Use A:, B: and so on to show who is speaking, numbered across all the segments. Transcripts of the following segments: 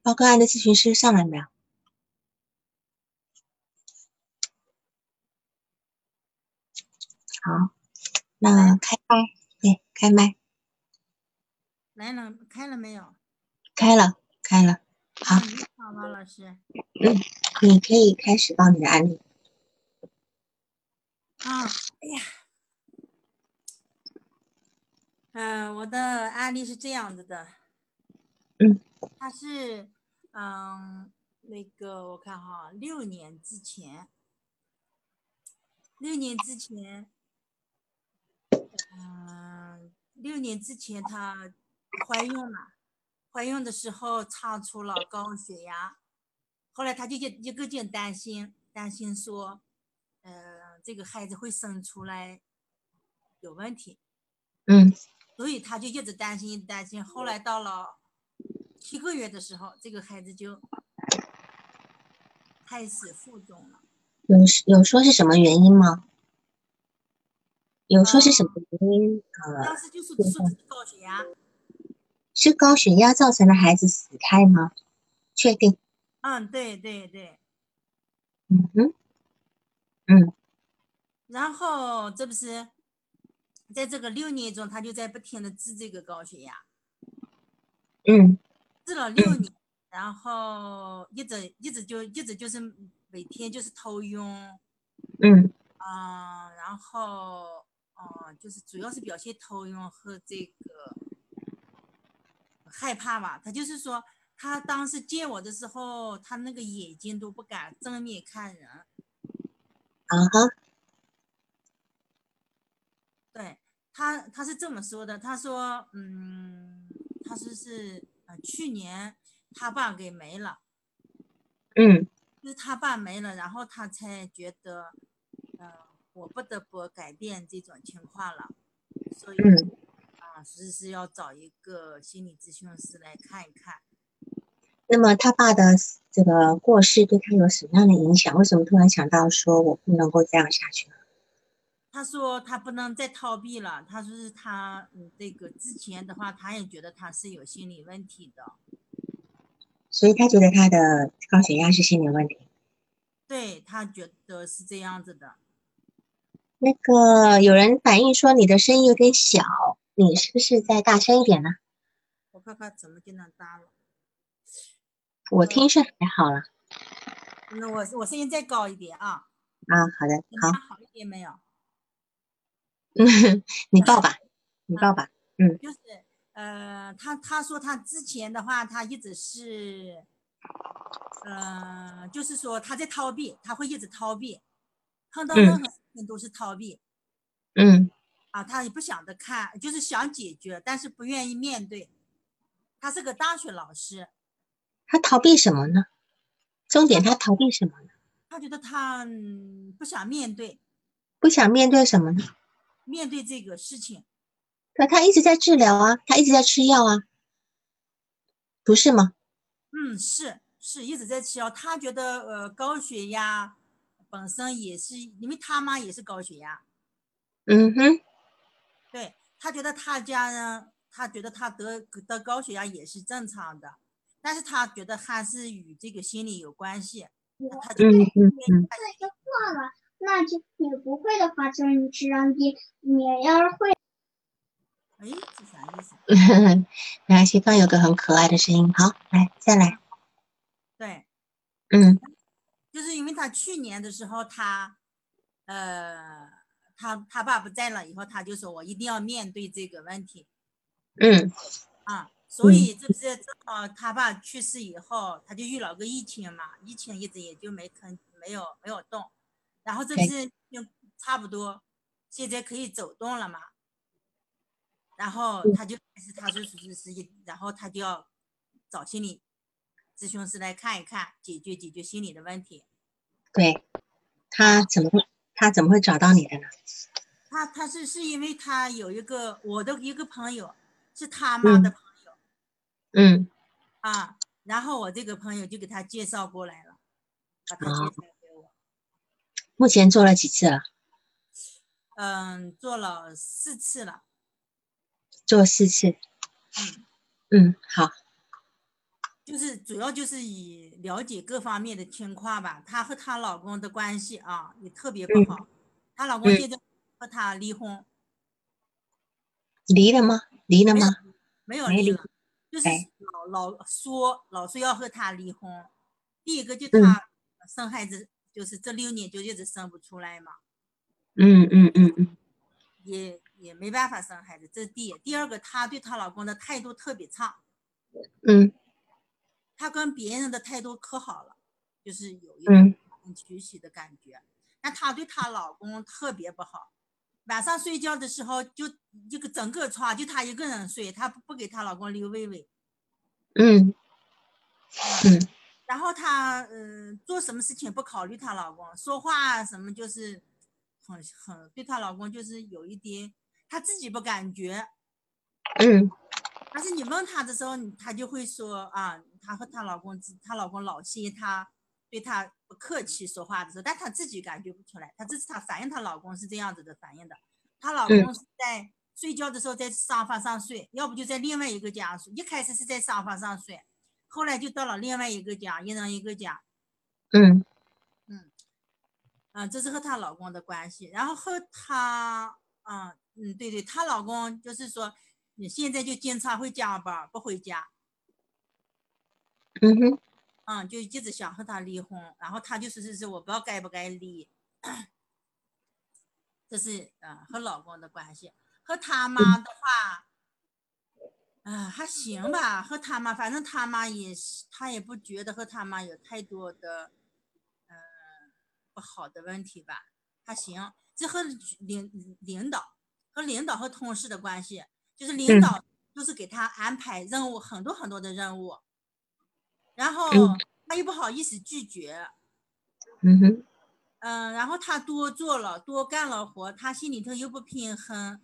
A: 报个案的咨询师上来没有？好，那开麦，对，开麦，
B: 来了，开了没有？
A: 开了，开了。好，
B: 嗯你好，王老师。
A: 你可以开始报你的案例。
B: 啊，哎呀，嗯、我的案例是这样子的，
A: 嗯，
B: 他是，嗯，那个我看哈，六年之前，六年之前，嗯、六年之前她怀孕了，怀孕的时候查出了高血压，后来她就就一个劲担心，担心说，呃，这个孩子会生出来有问题，
A: 嗯
B: 所以她就一直担心，一直担心。后来到了七个月的时候，这个孩子就开始腹肿了。
A: 有有说是什么原因吗？有说是什么原因？呃，
B: 当时就是说是高血压，
A: 是高血压造成的孩子死胎吗？确定？
B: 嗯，对对对。
A: 嗯哼，
B: 然后这不是在这个六年中，她就在不停的治这个高血压。
A: 嗯
B: 治了六年，然后一直一直就一直就是每天就是头晕，
A: 嗯
B: 啊，然后啊，就是主要是表现头晕和这个害怕嘛。他就是说，他当时见我的时候，他那个眼睛都不敢正面看人。
A: 啊哈，
B: 对他，他是这么说的，他说，嗯，他说是呃，去年他爸给没了。
A: 嗯
B: 就是他爸没了，然后他才觉得，嗯、我不得不改变这种情况了，所以
A: 嗯
B: 啊，是是要找一个心理咨询师来看一看。
A: 那么他爸的死这个过世对他有什么样的影响？为什么突然想到说我不能够这样下去了？
B: 他说他不能再逃避了，他说是他嗯，这个之前的话，他也觉得他是有心理问题的，
A: 所以他觉得他的高血压是心理问题。
B: 对他觉得是这样子的。
A: 那个有人反映说你的声音有点小，你是不是再大声一点呢？
B: 我看看怎么就能搭了，
A: 我听是还好了
B: 那我我声音再高一点啊，
A: 啊，好的，
B: 怎么
A: 好，
B: 样好一点没有？
A: 嗯，你报吧，你报吧，
B: 就是呃，他他说他之前的话，他一直是，呃，就是说他在逃避，他会一直逃避，碰到
A: 嗯
B: 任何事情都是逃避、
A: 嗯
B: 啊，他也不想着看，就是想解决，但是不愿意面对。他是个大学老师，
A: 他逃避什么呢？重点他逃避什么呢？
B: 他觉得他、嗯、不想面对
A: 不想面对什么呢？
B: 面对这个事情，
A: 可他一直在治疗啊，他一直在吃药啊，不是吗？
B: 嗯，是是一直在吃药。哦他觉得呃高血压本身也是，因为他妈也是高血压。
A: 嗯哼，
B: 对他觉得他家人，他觉得他得得高血压也是正常的，但是他觉得还是与这个心理有关系，那他 就
A: 嗯嗯嗯，
C: 就错了，那就你不会的话，就是你智商低；你要是会，
B: 哎，这啥意思？
A: 然嗯后西方有个很可爱的声音，好，来再来，
B: 对，
A: 嗯
B: 就是因为他去年的时候，他，呃，他他爸不在了以后，他就说我一定要面对这个问题
A: 嗯
B: 啊，所
A: 嗯
B: 以这不是正好他爸去世以后，他就遇到个疫情嘛，疫情一直也就没肯没有没有动，然后这不
A: 对
B: 是就差不多，现在可以走动了嘛，然后
A: 嗯
B: 他就开始他说属于是一，然后他就要找心理咨询师来看一看，解决解决心理的问题。
A: 对，他怎么会他怎么会找到你的呢？
B: 他他是是因为他有一个我的一个朋友是他妈的朋友、
A: 嗯
B: 啊，然后我这个朋友就给他介绍过来了，把他介
A: 哦
B: 绍给我，
A: 目前做了几次了？
B: 嗯，做了四次了，
A: 做四次。
B: 嗯，
A: 嗯，好。
B: 就是主要就是以了解各方面的情况吧。她和她老公的关系啊也特别不
A: 嗯
B: 好，她老公
A: 嗯
B: 现在和她离婚，
A: 离了吗？离了吗？
B: 没有
A: 没
B: 离
A: 离
B: 了，就是
A: 哎
B: 老老说老说要和她离婚。第一个就
A: 嗯
B: 她生孩子，就是这六年就一直生不出来嘛，
A: 嗯嗯嗯嗯
B: 也也没办法生孩子，这是第一。第二个，她对她老公的态度特别差，
A: 嗯
B: 她跟别人的态度可好了，就是有一种
A: 嗯
B: 取喜的感觉。那她对她老公特别不好，晚上睡觉的时候就一个整个床就她一个人睡，她不不给她老公留位位。
A: 嗯嗯
B: 然后她嗯、呃做什么事情不考虑她老公，说话什么就是很很对她老公就是有一点，她自己不感觉，
A: 嗯
B: 但是你问她的时候，你她就会说啊，她和她老公之，她老公老谢她，对她不客气说话的时候，但她自己感觉不出来，她这是她反映她老公是这样子的反应的，她老
A: 嗯
B: 公是在睡觉的时候在沙发上睡，要不就在另外一个家睡，一开始是在沙发上睡，后来就到了另外一个家，一人一个家，
A: 嗯
B: 嗯，这是和她老公的关系，然后和她，嗯嗯，对对，她老公就是说，你现在就经常会加班，不回家。
A: 嗯哼
B: 嗯，就一直想和他离婚，然后他就是是是我不知道该不该离，这是呃和老公的关系，和他妈的话，啊、还行吧，和他妈，反正他妈也是，他也不觉得和他妈有太多的，嗯、不好的问题吧，还行。这和领领导和领导和同事的关系，就是领
A: 嗯
B: 导就是给他安排任务很多很多的任务，然后
A: 嗯
B: 他又不好意思拒绝，
A: 嗯哼
B: 嗯，然后他多做了，多干了活，他心里头又不平衡，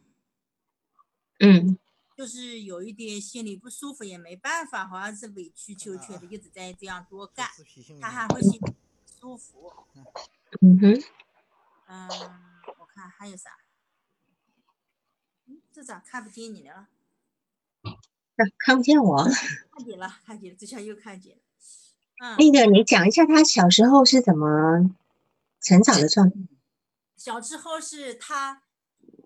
A: 嗯
B: 就是有一点心里不舒服，也没办法，好像是委曲求全的，一直在这样多干，他还会心里不舒服。
A: 嗯哼
B: 嗯，我看还有啥？嗯，这咋看不见你了？
A: 啊，看不见我。
B: 看见了，看见了，这下又看见了。嗯，
A: 那个，你讲一下他小时候是怎么成长的状态？
B: 小之后是他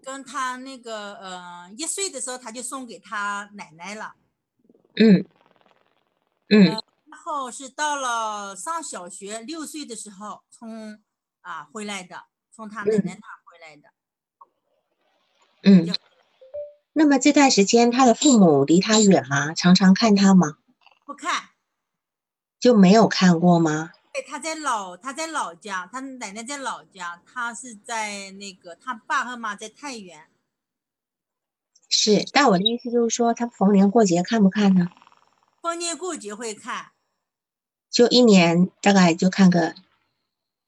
B: 跟他那个呃一岁的时候，他就送给他奶奶了。
A: 嗯嗯
B: 然后是到了上小学六岁的时候，从啊回来的，从他奶奶那儿回来的。
A: 嗯。那么这段时间，他的父母离他远吗？常常看他吗？
B: 不看，
A: 就没有看过吗？
B: 对，他在老他在老家，他奶奶在老家，他是在那个他爸和妈在太原。
A: 是，但我的意思就是说，他逢年过节看不看呢？
B: 逢年过节会看，
A: 就一年大概就看个，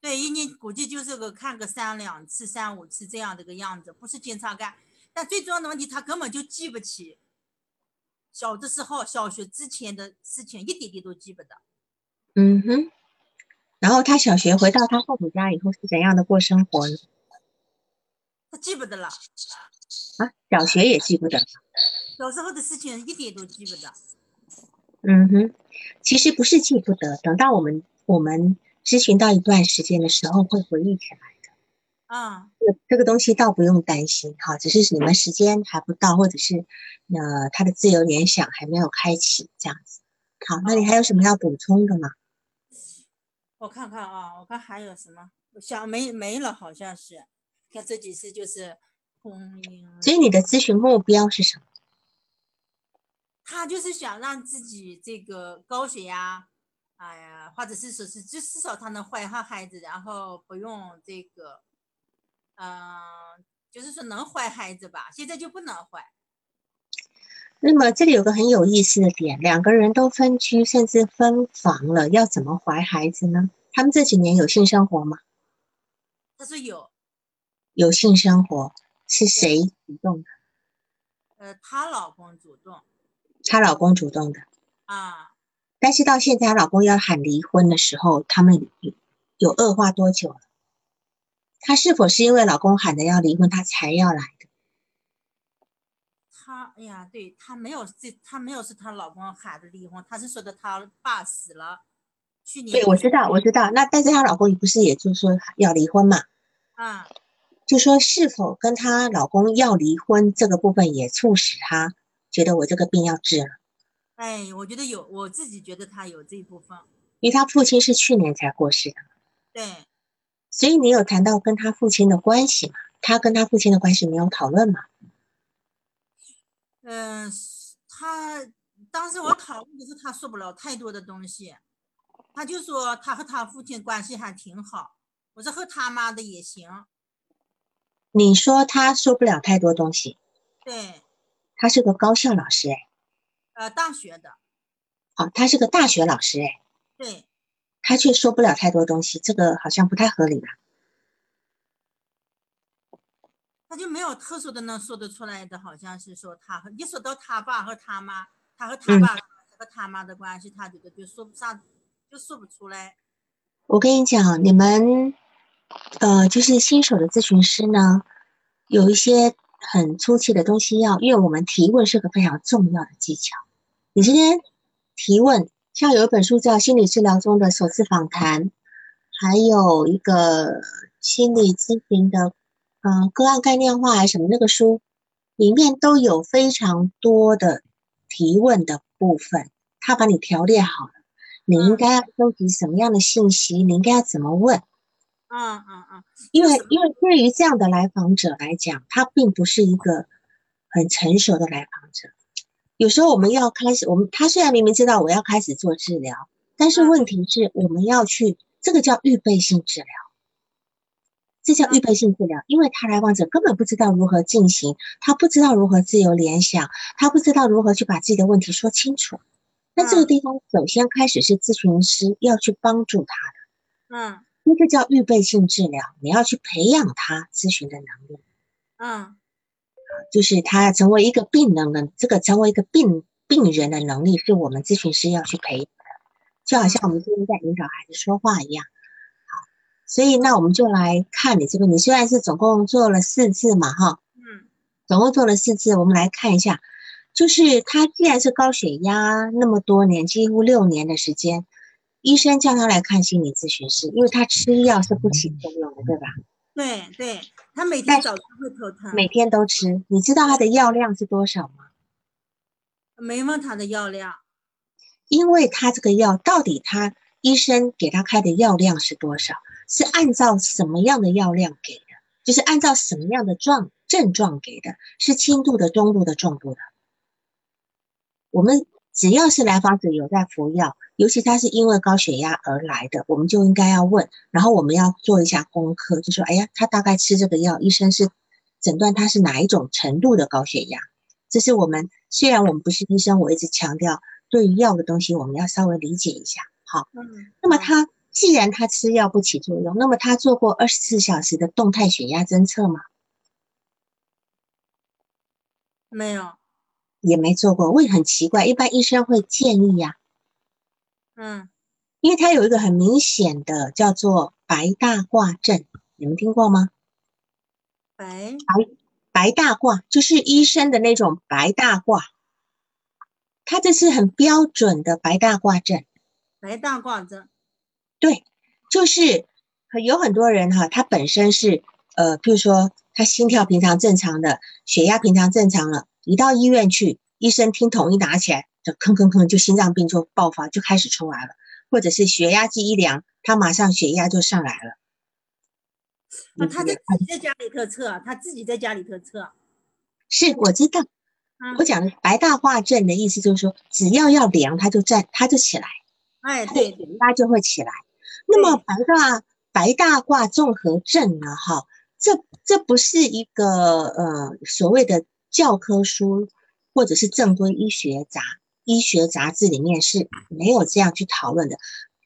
B: 对，一年估计就是个看个三两次、三五次这样的个样子，不是经常干。但最重要的问题，他根本就记不起，小的时候、小学之前的事情一点点都记不得。
A: 嗯哼。然后他小学回到他父母家以后是怎样的过生活呢？
B: 他记不得了，
A: 啊，小学也记不得。
B: 小时候的事情一点都记不得。
A: 嗯哼，其实不是记不得，等到我们我们咨询到一段时间的时候会回忆起来。
B: 嗯，
A: 这个这个东西倒不用担心哈，只是你们时间还不到，或者是呃他的自由联想还没有开启这样子。好，那你还有什么要补充的吗？
B: 我看看啊，我看还有什么？我想没没了，好像是。看这几次就是婚
A: 所
B: 姻，
A: 以你的咨询目标是什么？
B: 他就是想让自己这个高血压，哎呀，或者是说是就至少他能怀上孩子，然后不用这个，嗯、就是说能怀孩子吧，现在就不能怀。
A: 那么这里有个很有意思的点，两个人都分居甚至分房了，要怎么怀孩子呢？他们这几年有性生活吗？
B: 他说有，
A: 有性生活是谁主动的？
B: 呃，她老公主动
A: 她老公主动的。
B: 啊，
A: 但是到现在，她老公要喊离婚的时候，他们有有恶化多久了？她是否是因为老公喊的要离婚，她才要来的？
B: 她哎呀，对她没有这，她没有是她老公喊的离婚，她是说的她爸死了，去年
A: 对，我知道，我知道。那但是她老公不是也就说要离婚嘛？
B: 啊，
A: 就说是否跟她老公要离婚这个部分也促使她觉得我这个病要治了，
B: 哎，我觉得有，我自己觉得她有这一部分，
A: 因为她父亲是去年才过世的，
B: 对，
A: 所以你有谈到跟她父亲的关系嘛？她跟她父亲的关系没有讨论嘛？
B: 嗯、她当时我讨论的是她说不了太多的东西，她就说她和她父亲关系还挺好，我说和他妈的也行，
A: 你说她说不了太多东西，
B: 对，
A: 她是个高校老师哎，
B: 呃，大学的，
A: 哦，她是个大学老师哎，
B: 对，
A: 她却说不了太多东西，这个好像不太合理吧？
B: 她就没有特殊的能说得出来的，好像是说她和一说到她爸和她妈，她和她
A: 嗯
B: 爸和她妈的关系，她觉得就说不上，就说不出来，
A: 我跟你讲，你们，呃，就是新手的咨询师呢，有一些很粗细的东西要，因为我们提问是个非常重要的技巧。你今天提问，像有一本书叫《心理治疗中的首次访谈》，还有一个心理咨询的，嗯、个案概念化还是什么那个书，里面都有非常多的提问的部分，它把你条列好了。你应
B: 嗯
A: 该要收集什么样的信息？你应该要怎么问？
B: 嗯嗯嗯，
A: 因为
B: 那什
A: 因为对于这样的来访者来讲，他并不是一个很成熟的来访者。有时候我们要开始，我们他虽然明明知道我要开始做治疗，但是
B: 嗯
A: 问题是我们要去，这个叫预备性治疗，这叫
B: 嗯
A: 预备性治疗，因为他来访者根本不知道如何进行，他不知道如何自由联想，他不知道如何去把自己的问题说清楚。那这个
B: 嗯
A: 地方首先开始是咨询师要去帮助他。
B: 嗯
A: 那就叫预备性治疗，你要去培养他咨询的能力，
B: 嗯
A: 就是他成为一个病人的这个成为一个病病人的能力，是我们咨询师要去培养的，就好像我们今天在引导孩子说话一样。好，所以那我们就来看你这个，你虽然是总共做了四次嘛，哈，
B: 嗯
A: 总共做了四次，我们来看一下，就是他既然是高血压那么多年，几乎六年的时间，医生叫他来看心理咨询师，因为他吃药是不起作用的，对吧？
B: 对对，她每
A: 但
B: 天早上会头疼，
A: 每天都吃，你知道它的药量是多少吗？
B: 没问她的药量，
A: 因为它这个药到底它医生给他开的药量是多少，是按照什么样的药量给的？就是按照什么样的状症状给的？是轻度的、中度的、重度的？我们只要是来访者有在服药，尤其他是因为高血压而来的，我们就应该要问，然后我们要做一下功课，就说，哎呀，他大概吃这个药，医生是诊断他是哪一种程度的高血压。这是我们虽然我们不是医生，我一直强调对于药的东西，我们要稍微理解一下。好，
B: 嗯，
A: 那么
B: 嗯
A: 他既然他吃药不起作用，那么他做过二十四小时的动态血压侦测吗？
B: 没有，
A: 也没做过，为很奇怪，一般医生会建议呀、
B: 嗯
A: 因为它有一个很明显的叫做白大褂症，你们听过吗？
B: 白
A: 啊白大褂就是医生的那种白大褂，它这是很标准的白大褂症。
B: 白大褂症，
A: 对，就是呃有很多人哈、他本身是呃，比如说他心跳平常正常的，血压平常正常了，一到医院去，医生听筒一拿起来，就吭吭吭就心脏病就爆发，就开始出来了，或者是血压计一量，他马上血压就上来了。嗯
B: 啊，
A: 你
B: 她在自己在家里头测，她自己在家里头测，
A: 是我知道，
B: 嗯
A: 我讲的白大褂症的意思就是说，只要要量，它就站，它就起来，
B: 哎，
A: 它的
B: 对
A: 血压就会起来。那么
B: 对
A: 白大白大褂综合症呢？哈，这这不是一个呃所谓的教科书或者是正规医学杂医学杂志里面是没有这样去讨论的，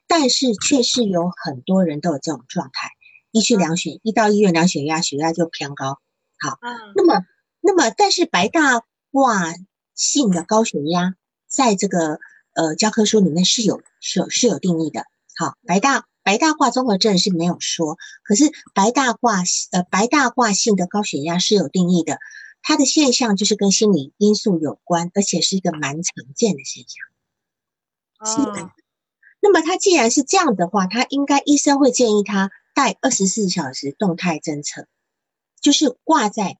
A: 但是确实有很多人都有这种状态，一去量血，一到医院量血压，血压就偏高。
B: 嗯
A: 哦那么，那么，但是白大褂性的高血压，在这个呃教科书里面是有是有是有定义的。好，白大白大褂综合症是没有说，可是白大褂呃白大褂性的高血压是有定义的。它的现象就是跟心理因素有关，而且是一个蛮常见的现象。是
B: 哦，
A: 那么他既然是这样的话，他应该医生会建议他戴二十四小时动态侦测，就是挂在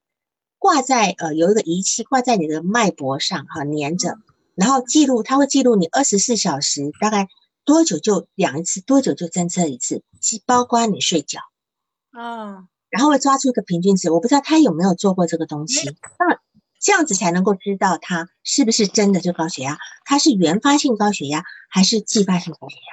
A: 挂在呃有一个仪器挂在你的脉搏上哈、粘着，然后记录，它会记录你二十四小时大概多久就量一次，多久就侦测一次，其包括你睡觉，
B: 哦，
A: 然后会抓出一个平均值。我不知道他有没有做过这个东西，那这样子才能够知道他是不是真的就高血压，他是原发性高血压还是继发性高血压？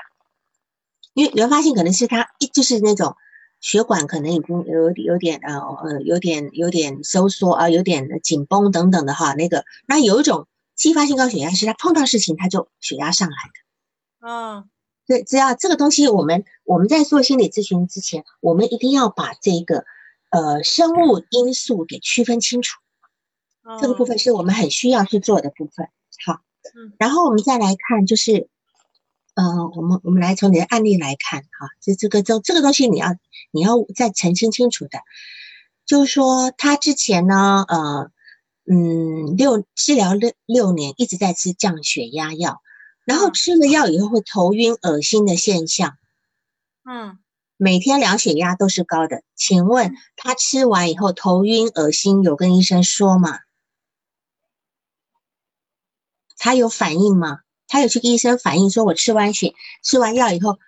A: 因为原发性可能是他一就是那种血管可能已经有有点呃呃有点有点收缩啊、有点紧绷等等的哈，那个那有一种继发性高血压是他碰到事情他就血压上来。
B: 哦，
A: 对，只要这个东西，我们我们在做心理咨询之前，我们一定要把这个呃生物因素给区分清楚，
B: 哦
A: 这个部分是我们很需要去做的部分。好
B: 嗯，
A: 然后我们再来看，就是呃，我们我们来从你的案例来看哈，这这个这这个东西你要你要再澄清清楚的，就是说他之前呢，呃，嗯，六治疗六六年一直在吃降血压药，然后
B: 嗯
A: 吃了药以后会头晕恶心的现象。
B: 嗯，
A: 每天量血压都是高的，请问他吃完以后头晕、恶心，有跟医生说吗？他有反应吗？他有去跟医生反映说，我吃完血、吃完药以后，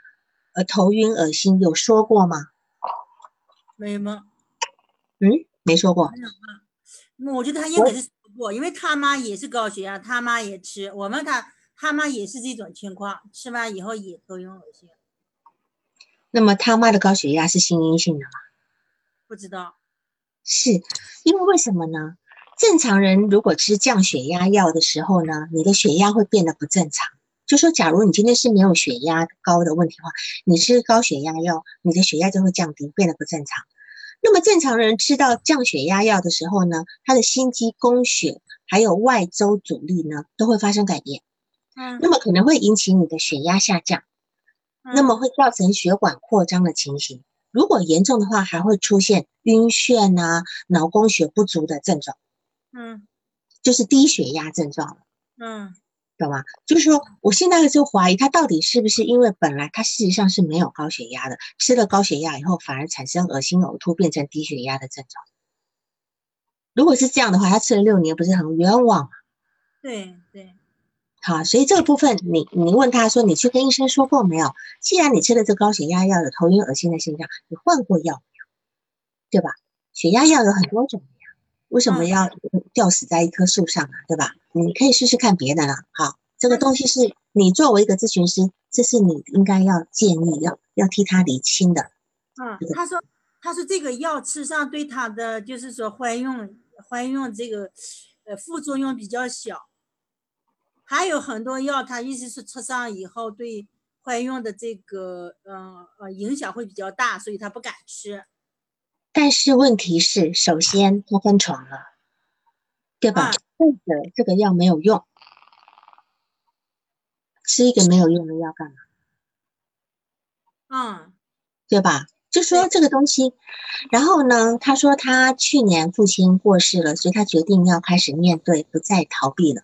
A: 呃，头晕、恶心，有说过吗？
B: 没吗？
A: 嗯，没说过。
B: 那我觉得他应
A: 我
B: 该是吃过，因为他妈也是高血压，他妈也吃，我们他他妈也是这种情况，吃完以后也头晕恶心，
A: 那么他妈的高血压是心因性的吗？
B: 不知道，
A: 是，因为为什么呢？正常人如果吃降血压药的时候呢，你的血压会变得不正常。就说，假如你今天是没有血压高的问题的话，你吃高血压药，你的血压就会降低，变得不正常。那么正常人吃到降血压药的时候呢，他的心肌供血还有外周阻力呢，都会发生改变。
B: 嗯，
A: 那么可能会引起你的血压下降，那
B: 嗯
A: 么会造成血管扩张的情形。如果严重的话，还会出现晕眩啊、脑供血不足的症状，
B: 嗯
A: 就是低血压症状了，
B: 嗯
A: 懂吗？就是说，我现在就怀疑他到底是不是因为本来他事实上是没有高血压的，吃了高血压以后反而产生恶心、呕吐，变成低血压的症状。如果是这样的话，他吃了六年不是很冤枉吗？
B: 对对，
A: 好，所以这个部分你你问他说你去跟医生说过没有？既然你吃了这高血压药有头晕恶心的现象，你换过药没有？对吧？血压药有很多种呀，为什么
B: 嗯
A: 要吊死在一棵树上啊？对吧？你可以试试看别的啦。好，这个东西是你作为一个咨询师，这是你应该要建议要要替他理清的。
B: 嗯
A: 是的，
B: 他说他说这个药吃上对他的就是说怀孕怀孕这个呃副作用比较小，还有很多药，他意思是吃上以后对怀孕的这个嗯呃影响会比较大，所以他不敢吃，
A: 但是问题是，首先他分床了，对吧
B: 啊？
A: 或者这个药没有用，吃一个没有用的药干嘛？
B: 嗯
A: 对吧？就说
B: 对
A: 这个东西，然后呢，他说他去年父亲过世了，所以他决定要开始面对，不再逃避了。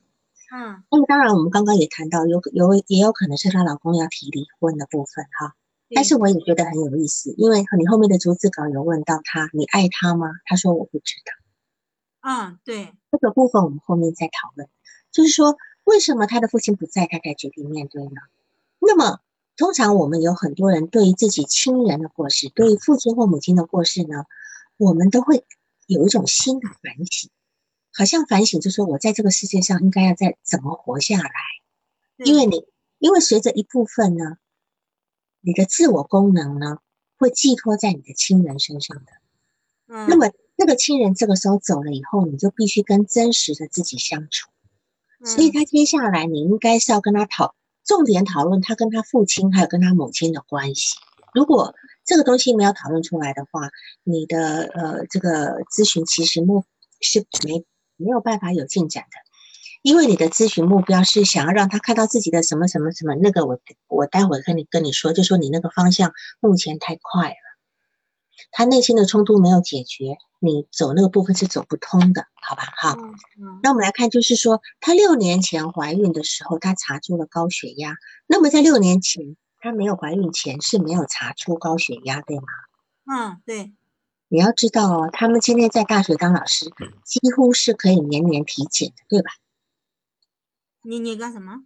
B: 嗯
A: 那么当然，我们刚刚也谈到，有有也有可能是她老公要提离婚的部分哈。
B: 嗯
A: 但是
B: 对
A: 我也觉得很有意思，因为你后面的逐字稿有问到他，你爱他吗？他说我不知道。
B: 嗯对。
A: 这个部分我们后面再讨论。就是说，为什么他的父亲不在，他才决定面对呢？那么，通常我们有很多人对于自己亲人的过世，对于父亲或母亲的过世呢，我们都会有一种新的反省，好像反省就说我在这个世界上应该要再怎么活下来。
B: 对
A: 因为你，因为随着一部分呢，你的自我功能呢，会寄托在你的亲人身上的。
B: 嗯，
A: 那么那个亲人这个时候走了以后，你就必须跟真实的自己相处。所以
B: 嗯
A: 他接下来你应该是要跟他讨，重点讨论他跟他父亲还有跟他母亲的关系。如果这个东西没有讨论出来的话，你的呃这个咨询其实目是没没有办法有进展的，因为你的咨询目标是想要让他看到自己的什么什么什么，那个我我待会儿跟你跟你说，就说你那个方向目前太快了。他内心的冲突没有解决，你走那个部分是走不通的，好吧？好，
B: 嗯嗯
A: 那我们来看，就是说，她六年前怀孕的时候，她查出了高血压。那么在六年前，她没有怀孕前是没有查出高血压，对吗？
B: 嗯，对，
A: 你要知道哦，他们今天在大学当老师，几乎是可以年年体检的，对吧？
B: 你你干什么？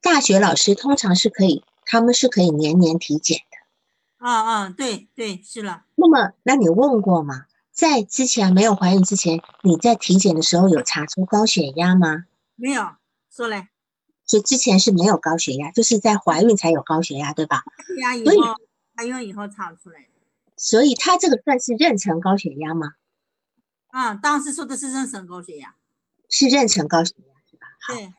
A: 大学老师通常是可以，他们是可以年年体检的。
B: 啊啊，对对，是了，
A: 那么，那你问过吗？在之前没有怀孕之前，你在体检的时候有查出高血压吗？
B: 没有说嘞，
A: 所以之前是没有高血压，就是在怀孕才有高血压，对吧？
B: 对呀，以
A: 所以
B: 后怀孕以后查出来的。
A: 所以她这个算是妊娠高血压吗？
B: 啊，当时说的是妊娠高血压，
A: 是妊娠高血压是吧？好，
B: 对，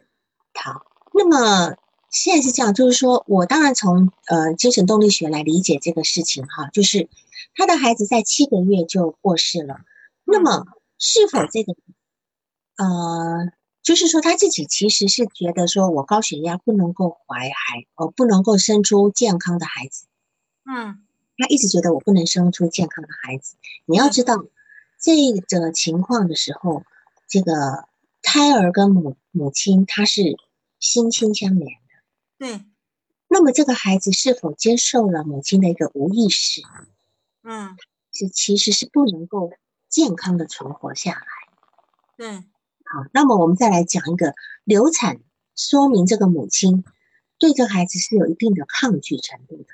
A: 好，那么现在是这样，就是说我当然从呃精神动力学来理解这个事情哈，就是他的孩子在七个月就过世了，那么是否这个呃，就是说他自己其实是觉得说我高血压不能够怀孩，呃不能够生出健康的孩子，
B: 嗯
A: 他一直觉得我不能生出健康的孩子。你要知道，这个情况的时候，这个胎儿跟母母亲他是心心相连。
B: 对，
A: 那么这个孩子是否接受了母亲的一个无意识，
B: 嗯
A: 是其实是不能够健康的存活下来。
B: 对，
A: 好，那么我们再来讲一个流产，说明这个母亲对这个孩子是有一定的抗拒程度的。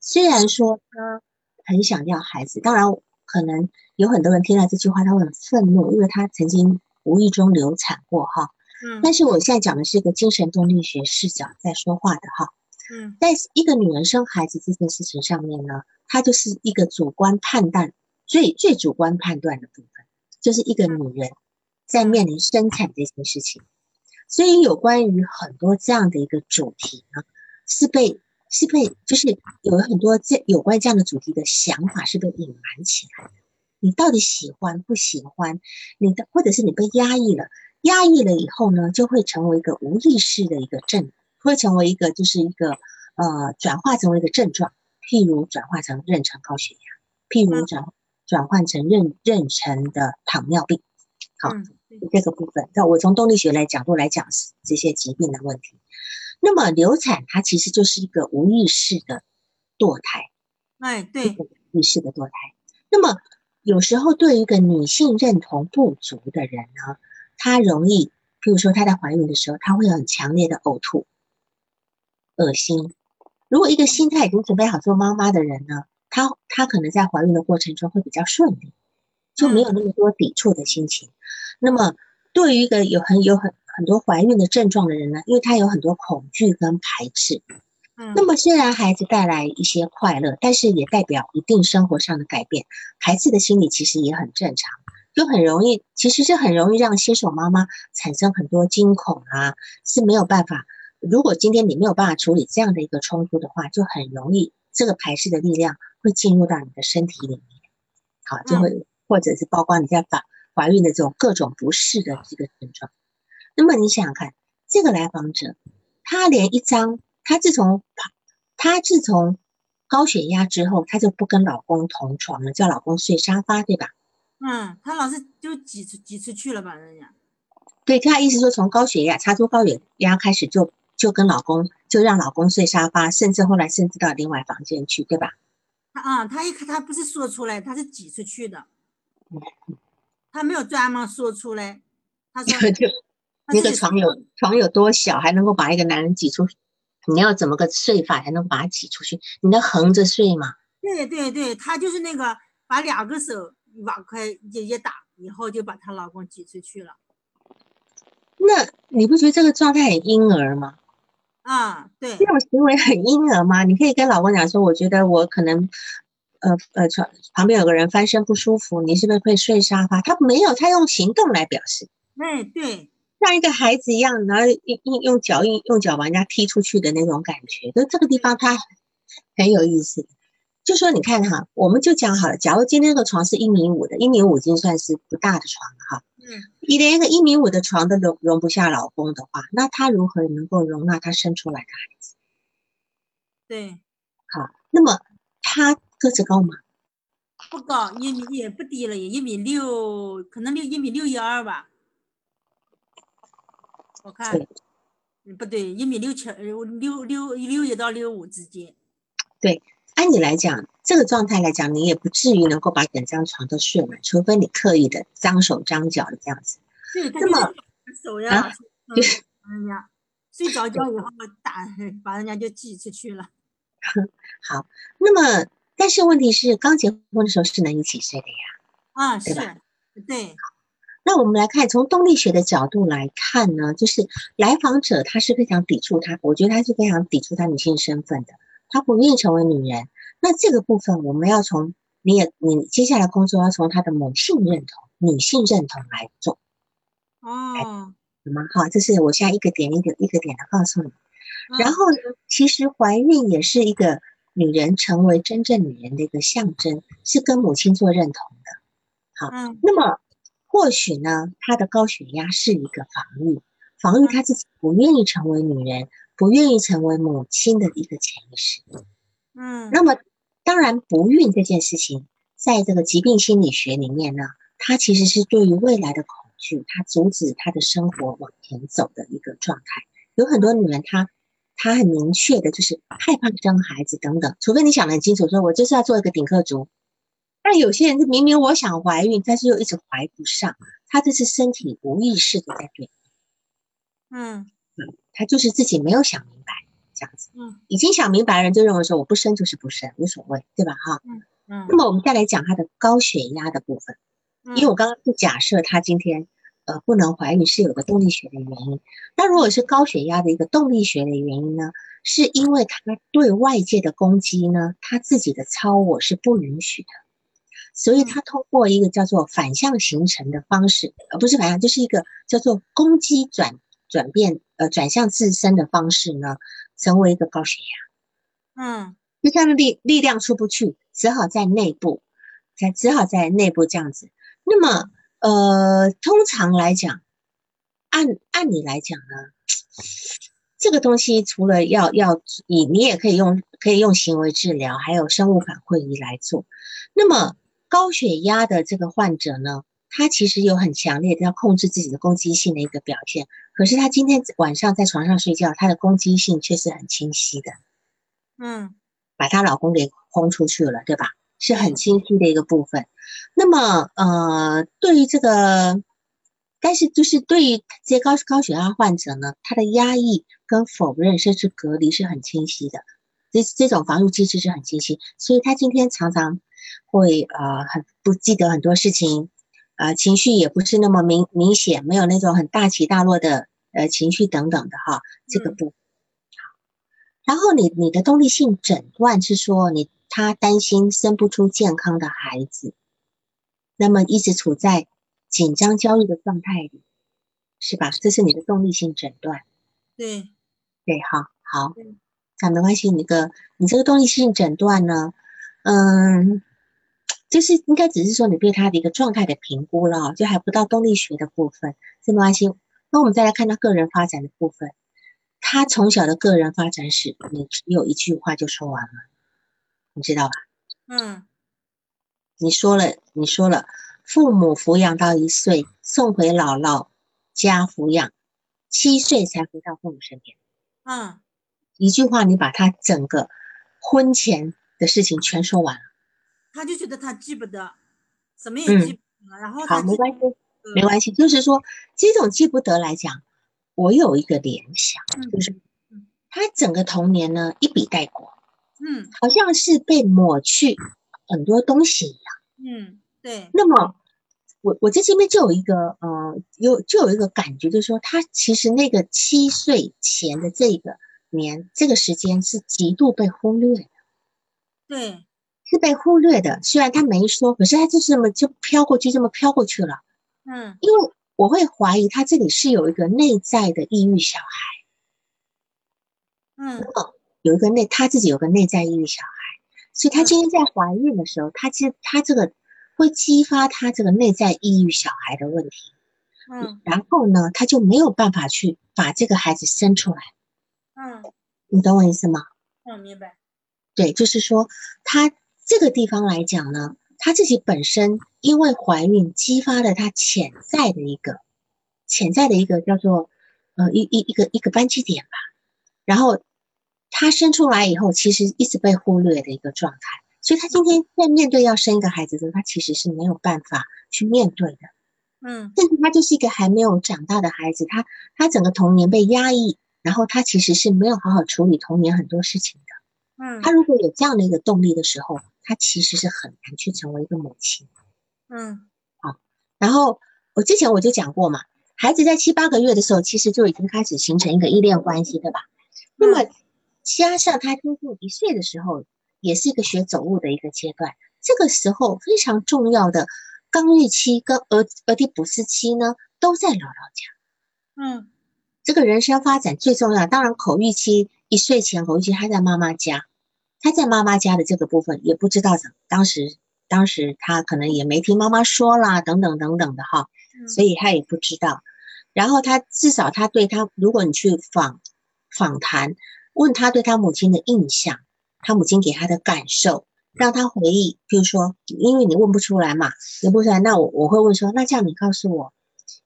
A: 虽然说她很想要孩子，当然可能有很多人听到这句话，他会很愤怒，因为他曾经无意中流产过哈。
B: 嗯
A: 但是我现在讲的是一个精神动力学视角在说话的哈。
B: 嗯
A: 在一个女人生孩子这件事情上面呢，她就是一个主观判断，最最主观判断的部分，就是一个女人在面临生产这件事情。所以有关于很多这样的一个主题呢，是被是被就是有很多这有关于这样的主题的想法是被隐瞒起来的。你到底喜欢不喜欢？你的或者是你被压抑了，压抑了以后呢，就会成为一个无意识的一个症，会成为一个就是一个呃转化成为一个症状，譬如转化成妊娠高血压，譬如
B: 嗯
A: 转转换成妊妊娠的糖尿病。好，
B: 嗯，对
A: 这个部分。那我从动力学来角度来讲是这些疾病的问题。那么流产它其实就是一个无意识的堕胎，
B: 哎对，
A: 无意识的堕胎。那么有时候对于一个女性认同不足的人呢，她容易，譬如说她在怀孕的时候，她会有很强烈的呕吐、恶心。如果一个心态已经准备好做妈妈的人呢，她她可能在怀孕的过程中会比较顺利，就没有那么多抵触的心情。那么对于一个有很有很很多怀孕的症状的人呢，因为他有很多恐惧跟排斥，
B: 嗯
A: 那么虽然孩子带来一些快乐，但是也代表一定生活上的改变。孩子的心理其实也很正常，就很容易，其实是很容易让新手妈妈产生很多惊恐啊，是没有办法。如果今天你没有办法处理这样的一个冲突的话，就很容易这个排斥的力量会进入到你的身体里面，好，就会、或者是包括你在怀怀孕的这种各种不适的这个症状。那么你想想看，这个来访者他连一张，他自从他自从高血压之后，他就不跟老公同床了，叫老公睡沙发，对吧？
B: 嗯，他老是就挤出挤出去了吧，人家，
A: 对，他意思说从高血压查出高血压开始就就跟老公就让老公睡沙发，甚至后来甚至到另外房间去，对吧？
B: 他啊，他一看他不是说出来，他是挤出去的，他没有专门说出来，他说
A: 就
B: 嗯他
A: 那
B: 自
A: 个
B: 己
A: 床
B: 说
A: 有床有多小，还能够把一个男人挤出去？你要怎么个睡法才能把他挤出去？你能横着睡吗？
B: 对对对，她就是那个把两个手往开也也打，以后就把她老公挤出去了。
A: 那你不觉得这个状态很婴儿吗？
B: 啊，对
A: 这，种行为很婴儿吗？你可以跟老公讲说，我觉得我可能，呃呃，床旁边有个人翻身不舒服，你是不是会睡沙发？他没有，他用行动来表示，
B: 哎对，
A: 像一个孩子一样，然后用用用脚用用脚把人家踢出去的那种感觉，就这个地方他很有意思。就说你看哈，我们就讲好了，假如今天这个床是一米五的，一米五已经算是不大的床了哈。
B: 嗯，
A: 你连一个一米五的床都容容不下老公的话，那他如何能够容纳他生出来的孩子？
B: 对，
A: 好，那么他各自高嘛，
B: 不高，一米也不低了，也一米六，可能六一米六一二吧。我看
A: 对，
B: 嗯不对，一米六七，呃六六六一到六五之间。
A: 按理来讲，这个状态来讲，你也不至于能够把整张床都睡满，除非你刻意的张手张脚的这样子。
B: 对，他
A: 这
B: 就是
A: 么
B: 手呀，
A: 啊
B: 嗯
A: 就是
B: 把人家睡着觉以后打， 把人家就挤出去了。
A: 好，那么但是问题是，刚结婚的时候是能一起睡的呀。
B: 啊，是
A: 对吧，
B: 对，
A: 那我们来看，从动力学的角度来看呢，就是来访者他是非常抵触他，我觉得他是非常抵触他女性身份的，他不愿意成为女人。那这个部分我们要从你也你接下来工作要从他的母性认同、女性认同来做，
B: 哦，
A: 好吗？好，这是我现在一个点一个一个点的告诉你。然
B: 嗯
A: 后呢，其实怀孕也是一个女人成为真正女人的一个象征，是跟母亲做认同的。
B: 嗯
A: 那么或许呢，她的高血压是一个防御，防御她自己不愿意成为女人，不愿意成为母亲的一个潜意识。
B: 嗯，
A: 那么，当然不孕这件事情，在这个疾病心理学里面呢，它其实是对于未来的恐惧，它阻止她的生活往前走的一个状态。有很多女人她。她很明确的，就是害怕生孩子等等。除非你想得很清楚，说我就是要做一个顶客族。但有些人是明明我想怀孕，但是又一直怀不上，她这是身体无意识的在变，
B: 嗯
A: 她就是自己没有想明白这样子。
B: 嗯，
A: 已经想明白的人就认为说我不生就是不生，无所谓，对吧？哈，
B: 嗯
A: 那，么我们再来讲她的高血压的部分，因为
B: 嗯
A: 我刚刚是假设她今天呃不能怀孕是有个动力学的原因，那如果是高血压的一个动力学的原因呢，是因为她对外界的攻击呢，她自己的超我是不允许的，所以她通过一个叫做反向形成的方式，呃不是反向，就是一个叫做攻击转转变呃转向自身的方式呢，成为一个高血压。
B: 嗯
A: 就他的力力量出不去，只好在内部，才只好在内部这样子。那么，呃，通常来讲，按按理来讲呢，这个东西除了要要你你也可以用可以用行为治疗，还有生物反馈仪来做。那么高血压的这个患者呢，他其实有很强烈的要控制自己的攻击性的一个表现，可是他今天晚上在床上睡觉，他的攻击性却是很清晰的。
B: 嗯
A: 把她老公给轰出去了，对吧？是很清晰的一个部分。那么，呃，对于这个，但是就是对于这些高高血压患者呢，他的压抑跟否认甚至隔离是很清晰的，这这种防御机制是很清晰，所以他今天常常会呃很不记得很多事情，呃，情绪也不是那么明明显，没有那种很大起大落的呃情绪等等的哈，这个
B: 嗯
A: 部分然后你你的动力性诊断是说你他担心生不出健康的孩子，那么一直处在紧张焦虑的状态里，是吧？这是你的动力性诊断，
B: 对，
A: 对哈，好
B: 嗯，
A: 那没关系，你个你这个动力性诊断呢，嗯，就是应该只是说你对他的一个状态的评估了，就还不到动力学的部分，这没关系。那我们再来看他个人发展的部分，他从小的个人发展史，你只有一句话就说完了，你知道吧？
B: 嗯
A: 你说了，你说了，父母抚养到一岁，送回姥姥家抚养，七岁才回到父母身边。
B: 嗯
A: 一句话，你把他整个婚前的事情全说完了。
B: 他就觉得他记不得，什么也
A: 嗯
B: 记不得，然后他
A: 好，没
B: 记
A: 关系，
B: 得
A: 没关系。就是说，这种记不得来讲，我有一个联想，就是
B: 嗯
A: 他整个童年呢一笔带过，
B: 嗯
A: 好像是被抹去很多东西一样。
B: 嗯，对，
A: 那么，我我在这边就有一个呃，有就有一个感觉，就是说，他其实那个七岁前的这个年这个时间是极度被忽略的。
B: 对，
A: 是被忽略的。虽然他没说，可是他就是这么就飘过去，这么飘过去了。
B: 嗯
A: 因为我会怀疑他这里是有一个内在的抑郁小孩，
B: 嗯
A: 有一个内他自己有个内在抑郁小孩，所以他
B: 嗯
A: 今天在怀孕的时候，他其实他这个会激发他这个内在抑郁小孩的问题，
B: 嗯
A: 然后呢，他就没有办法去把这个孩子生出来。
B: 嗯，
A: 你懂我意思吗？
B: 我明白，
A: 对，就是说他这个地方来讲呢，她自己本身因为怀孕激发了她潜在的一个潜在的一个叫做呃一一一个一个扳机点吧，然后她生出来以后，其实一直被忽略的一个状态，所以她今天在面对要生一个孩子的时候，她其实是没有办法去面对的。
B: 嗯
A: 但是他就是一个还没有长大的孩子，他他整个童年被压抑，然后他其实是没有好好处理童年很多事情的。
B: 嗯
A: 他如果有这样的一个动力的时候，他其实是很难去成为一个母亲。
B: 嗯
A: 然后我之前我就讲过嘛，孩子在七八个月的时候，其实就已经开始形成一个依恋关系，对吧？那么加上他接近一岁的时候，也是一个学走路的一个阶段。这个时候非常重要的刚育期跟儿儿提补斯期呢，都在姥姥家。
B: 嗯
A: 这个人生发展最重要，当然口欲期一岁前口欲期他在妈妈家，他在妈妈家的这个部分也不知道怎么，当时当时他可能也没听妈妈说啦，等等等等的哈，
B: 嗯，
A: 所以他也不知道。然后他至少他对他，如果你去访访谈，问他对他母亲的印象，他母亲给他的感受，让他回忆。比如说，因为你问不出来嘛，你问不出来，那我我会问说，那这样你告诉我，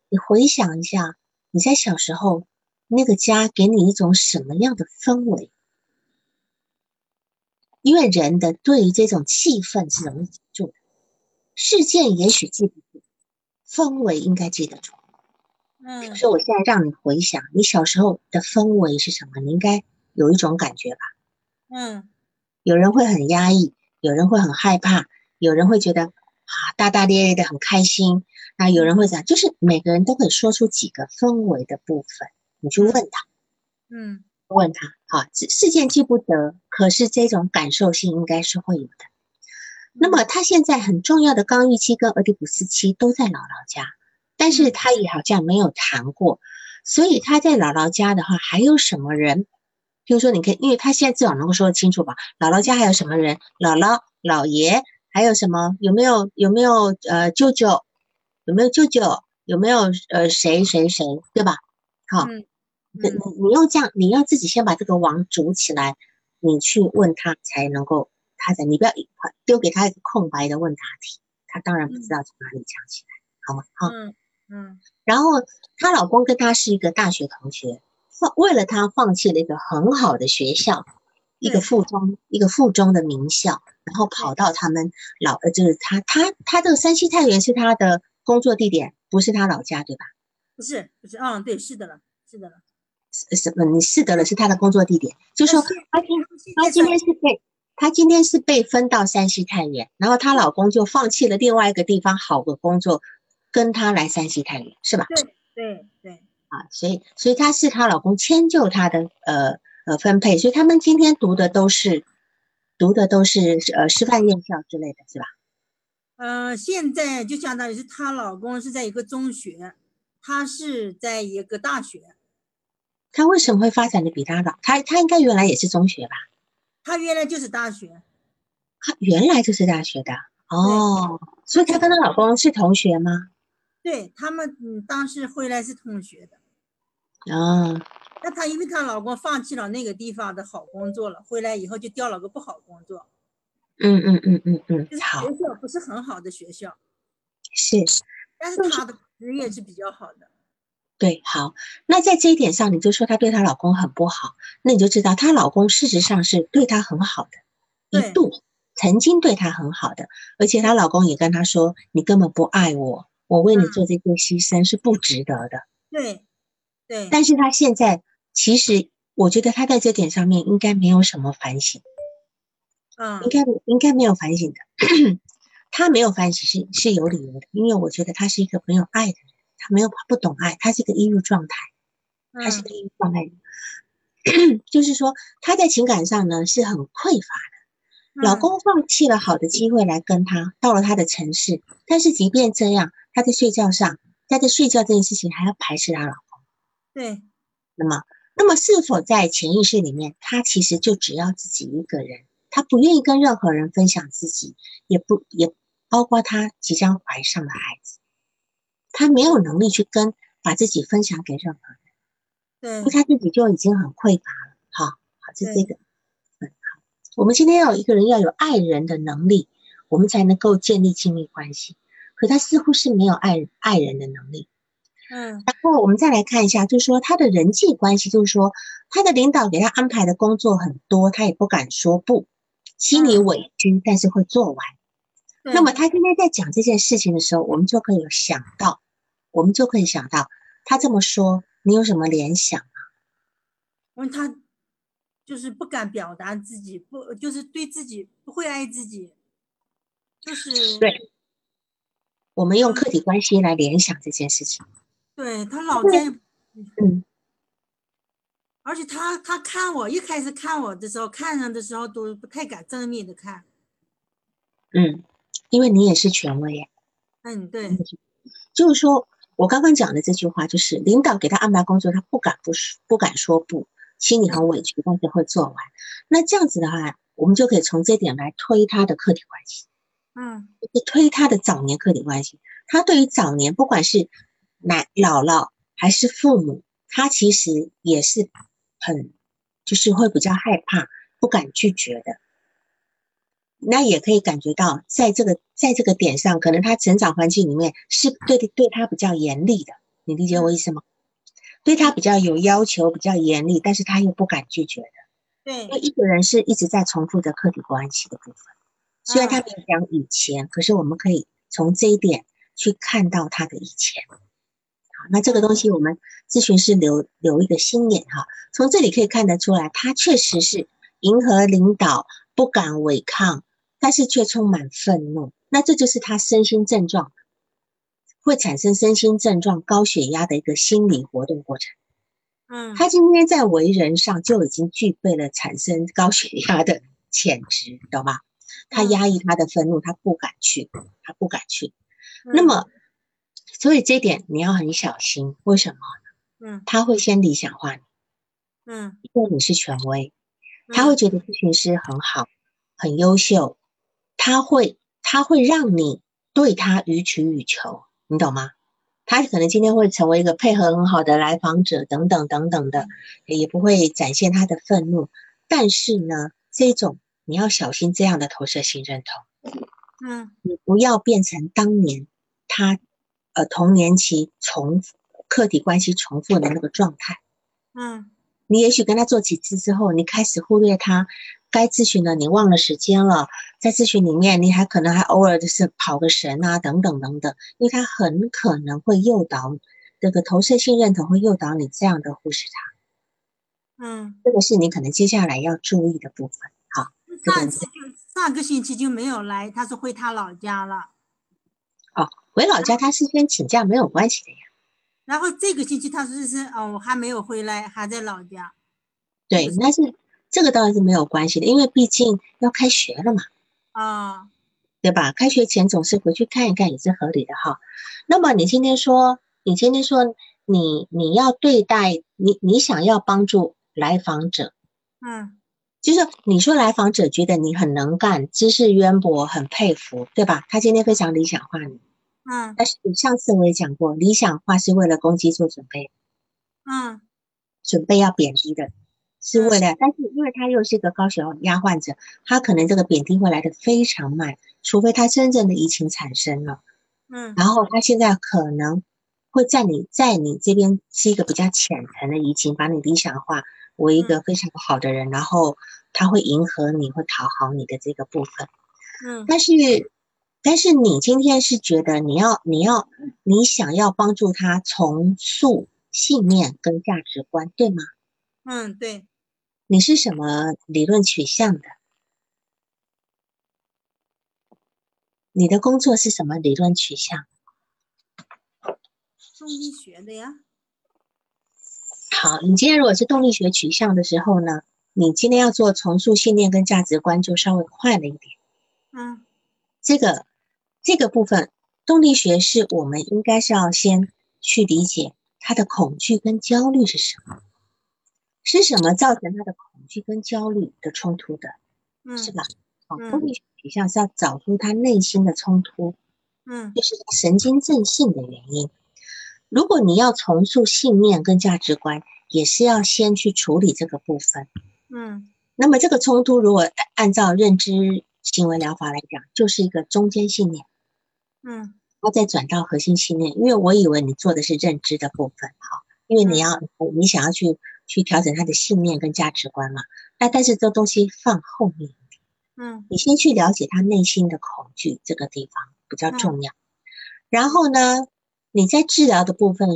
A: 你回想一下你在小时候那个家给你一种什么样的氛围？因为人的对于这种气氛是容易记住的，事件也许记不住，氛围应该记得住。
B: 嗯
A: 所以我现在让你回想你小时候的氛围是什么，你应该有一种感觉吧？
B: 嗯
A: 有人会很压抑，有人会很害怕，有人会觉得啊大大咧咧的很开心，那有人会讲，就是每个人都可以说出几个氛围的部分，你去问他。
B: 嗯
A: 问他，好，事事件记不得，可是这种感受性应该是会有的。那么他现在很重要的刚预期跟俄狄浦斯期都在姥姥家，但是
B: 嗯
A: 他也好像没有谈过，所以他在姥姥家的话，还有什么人？比如说，你可以，因为他现在至少能够说得清楚吧？姥姥家还有什么人？姥姥、姥爷，还有什么？有没有有没有呃舅舅？有没有舅舅？有没有呃谁谁谁？对吧？好、
B: 嗯
A: 你
B: 嗯
A: 你要这样，你要自己先把这个网组起来，你去问他才能够，他才你不要一块丢给他一个空白的问答题，他当然不知道从哪里讲起来，好吗？好。
B: 嗯嗯
A: 然后她老公跟她是一个大学同学，放为了她放弃了一个很好的学校，一个
B: 对
A: 附中，一个附中的名校，然后跑到他们老呃，就是她她她这个山西太原是她的工作地点，不是她老家对吧？
B: 不是不是，嗯，对，是的了，是的了。
A: 是什么？你是得了是她的工作地点，就
B: 就
A: 说她今她今天是被她今天是被分到山西太原，然后她老公就放弃了另外一个地方好的工作，跟她来山西太原是吧？
B: 对对，
A: 啊，所以所以她是她老公迁就她的呃呃分配，所以他们今天读的都是读的都是呃师范院校之类的，是吧？
B: 呃，现在就相当于是她老公是在一个中学，她是在一个大学。
A: 她为什么会发展的比她老？她她应该原来也是中学吧？
B: 她原来就是大学，
A: 她原来就是大学的哦，所以她跟她老公是同学吗？
B: 对他们，嗯，当时回来是同学的。
A: 啊、
B: 那她因为她老公放弃了那个地方的好工作了，回来以后就调了个不好工作，
A: 嗯嗯嗯嗯嗯
B: 就，是
A: 好，
B: 学校不是很好的学校，
A: 是
B: 但是
A: 但是
B: 她的职业是比较好的。
A: 对，好。那在这一点上，你就说她对她老公很不好，那你就知道她老公事实上是对她很好的，一
B: 对
A: 度曾经对她很好的，而且她老公也跟她说：“你根本不爱我，我为你做
B: 嗯
A: 这些牺牲是不值得的。
B: 对，对，
A: 但是她现在其实，我觉得她在这点上面应该没有什么反省。
B: 嗯
A: 应该应该没有反省的。 他没有反省是是有理由的，因为我觉得他是一个没有爱的人，他没有他不懂爱，他是一个抑郁状态，他是一
B: 嗯
A: 个抑郁状态人 就是说他在情感上呢是很匮乏的。老
B: 嗯
A: 公放弃了好的机会来跟他，到了他的城市，但是即便这样，他在睡觉上，他在睡觉这件事情还要排斥他老公。
B: 对，
A: 那么，那么是否在潜意识里面，他其实就只要自己一个人，他不愿意跟任何人分享自己，也不也包括他即将怀上的孩子，他没有能力去跟把自己分享给任何人，
B: 对
A: 因为，他自己就已经很匮乏了。好，好，这是这
B: 对
A: 个，嗯，好，我们今天要有一个人要有爱人的能力，我们才能够建立亲密关系。可他似乎是没有爱爱人的能力。
B: 嗯
A: 然后我们再来看一下，就是说他的人际关系，就是说他的领导给他安排的工作很多，他也不敢说不，心里
B: 嗯
A: 委屈，但是会做完。
B: 对
A: 那么他今天在讲这件事情的时候，我们就可以有想到，我们就可以想到他这么说，你有什么联想？
B: 因为他就是不敢表达自己，不就是对自己不会爱自己，就是
A: 对我们用客体关系来联想这件事情。
B: 对他老
A: 对
B: 在，
A: 嗯，
B: 而且他他看我一开始看我的时候，看人的时候都不太敢正面的看，
A: 嗯，因为你也是权威呀，
B: 嗯，对，
A: 就是说我刚刚讲的这句话，就是领导给他安排工作，他不敢不说不敢说不，心里很委屈，但是会做完。那这样子的话，我们就可以从这点来推他的客体关系。
B: 嗯
A: 去推他的早年客体关系。他对于早年，不管是奶姥姥还是父母，他其实也是很，就是会比较害怕，不敢拒绝的。那也可以感觉到，在这个在这个点上，可能他成长环境里面是对对他比较严厉的，你理解我意思吗？对他比较有要求，比较严厉，但是他又不敢拒绝。
B: 对
A: 因为一个人是一直在重复着客体关系的部分，虽然他
B: 嗯
A: 没有讲以前，可是我们可以从这一点去看到他的以前。好，那这个东西我们咨询师留留一个心眼哈，从这里可以看得出来，他确实是迎合领导，不敢违抗，但是却充满愤怒。那这就是他身心症状会产生身心症状高血压的一个心理活动过程。
B: 嗯
A: 他今天在为人上就已经具备了产生高血压的潜质，懂吗？他
B: 嗯
A: 压抑他的愤怒，他不敢去，他不敢去。那
B: 嗯
A: 么，所以这一点你要很小心。为什么？
B: 嗯
A: 他会先理想化你，
B: 嗯，
A: 因为你是权威，他会
B: 嗯
A: 觉得咨询师很好，很优秀，他会他会让你对他予取予求，你懂吗？他可能今天会成为一个配合很好的来访者，等等等等的，也不会展现他的愤怒。但是呢，这种你要小心这样的投射性认同，
B: 嗯
A: 你不要变成当年他呃童年期重复客体关系重复的那个状态。
B: 嗯
A: 你也许跟他做几次之后，你开始忽略他，该咨询的你忘了时间了，在咨询里面你还可能还偶尔就是跑个神啊，等等等等，因为他很可能会诱导这个投射性认同会诱导你这样的忽视他，
B: 嗯，
A: 这个是你可能接下来要注意的部分。好，这个
B: 上次就上个星期就没有来，他说回他老家了，
A: 回老家他事先请假没有关系的呀，
B: 然后这个星期他说是哦，我还没有回来，还在老家，
A: 对，但是这个当然是没有关系的，因为毕竟要开学了嘛。
B: 啊，
A: 对吧？开学前总是回去看一看也是合理的哈。那么你今天说，你今天说你你要对待你你想要帮助来访者，
B: 嗯
A: 就是你说来访者觉得你很能干，知识渊博，很佩服，对吧？他今天非常理想化你，
B: 嗯
A: 但是上次我也讲过，理想化是为了攻击做准备，
B: 嗯
A: 准备要贬低的，是为了，但是因为他又是一个高血压患者，他可能这个贬低会来的非常慢，除非他真正的移情产生了。
B: 嗯
A: 然后他现在可能会在你在你这边是一个比较浅层的移情，把你理想化为一个非常好的人，然后他会迎合你，会讨好你的这个部分。
B: 嗯
A: 但是，但是你今天是觉得你要你要你想要帮助他重塑信念跟价值观，对吗？
B: 嗯，对，
A: 你是什么理论取向的？你的工作是什么理论取向？
B: 中医学的呀，
A: 好，你今天如果是动力学取向的时候呢，你今天要做重塑信念跟价值观，就稍微快了一点。
B: 嗯
A: 这个这个部分，动力学是我们应该是要先去理解他的恐惧跟焦虑是什么，是什么造成他的恐惧跟焦虑的冲突的，
B: 嗯
A: 是吧？好，
B: 嗯
A: 动力学取向是要找出他内心的冲突，
B: 嗯
A: 就是神经症性的原因。如果你要重塑信念跟价值观，也是要先去处理这个部分。
B: 嗯
A: 那么这个冲突如果按照认知行为疗法来讲，就是一个中间信念，
B: 嗯
A: 然后再转到核心信念。因为我以为你做的是认知的部分，哈，因为你要你想要去去调整他的信念跟价值观嘛。那但是这东西放后面，
B: 嗯
A: 你先去了解他内心的恐惧这个地方比较重要。然后呢，你在治疗的部分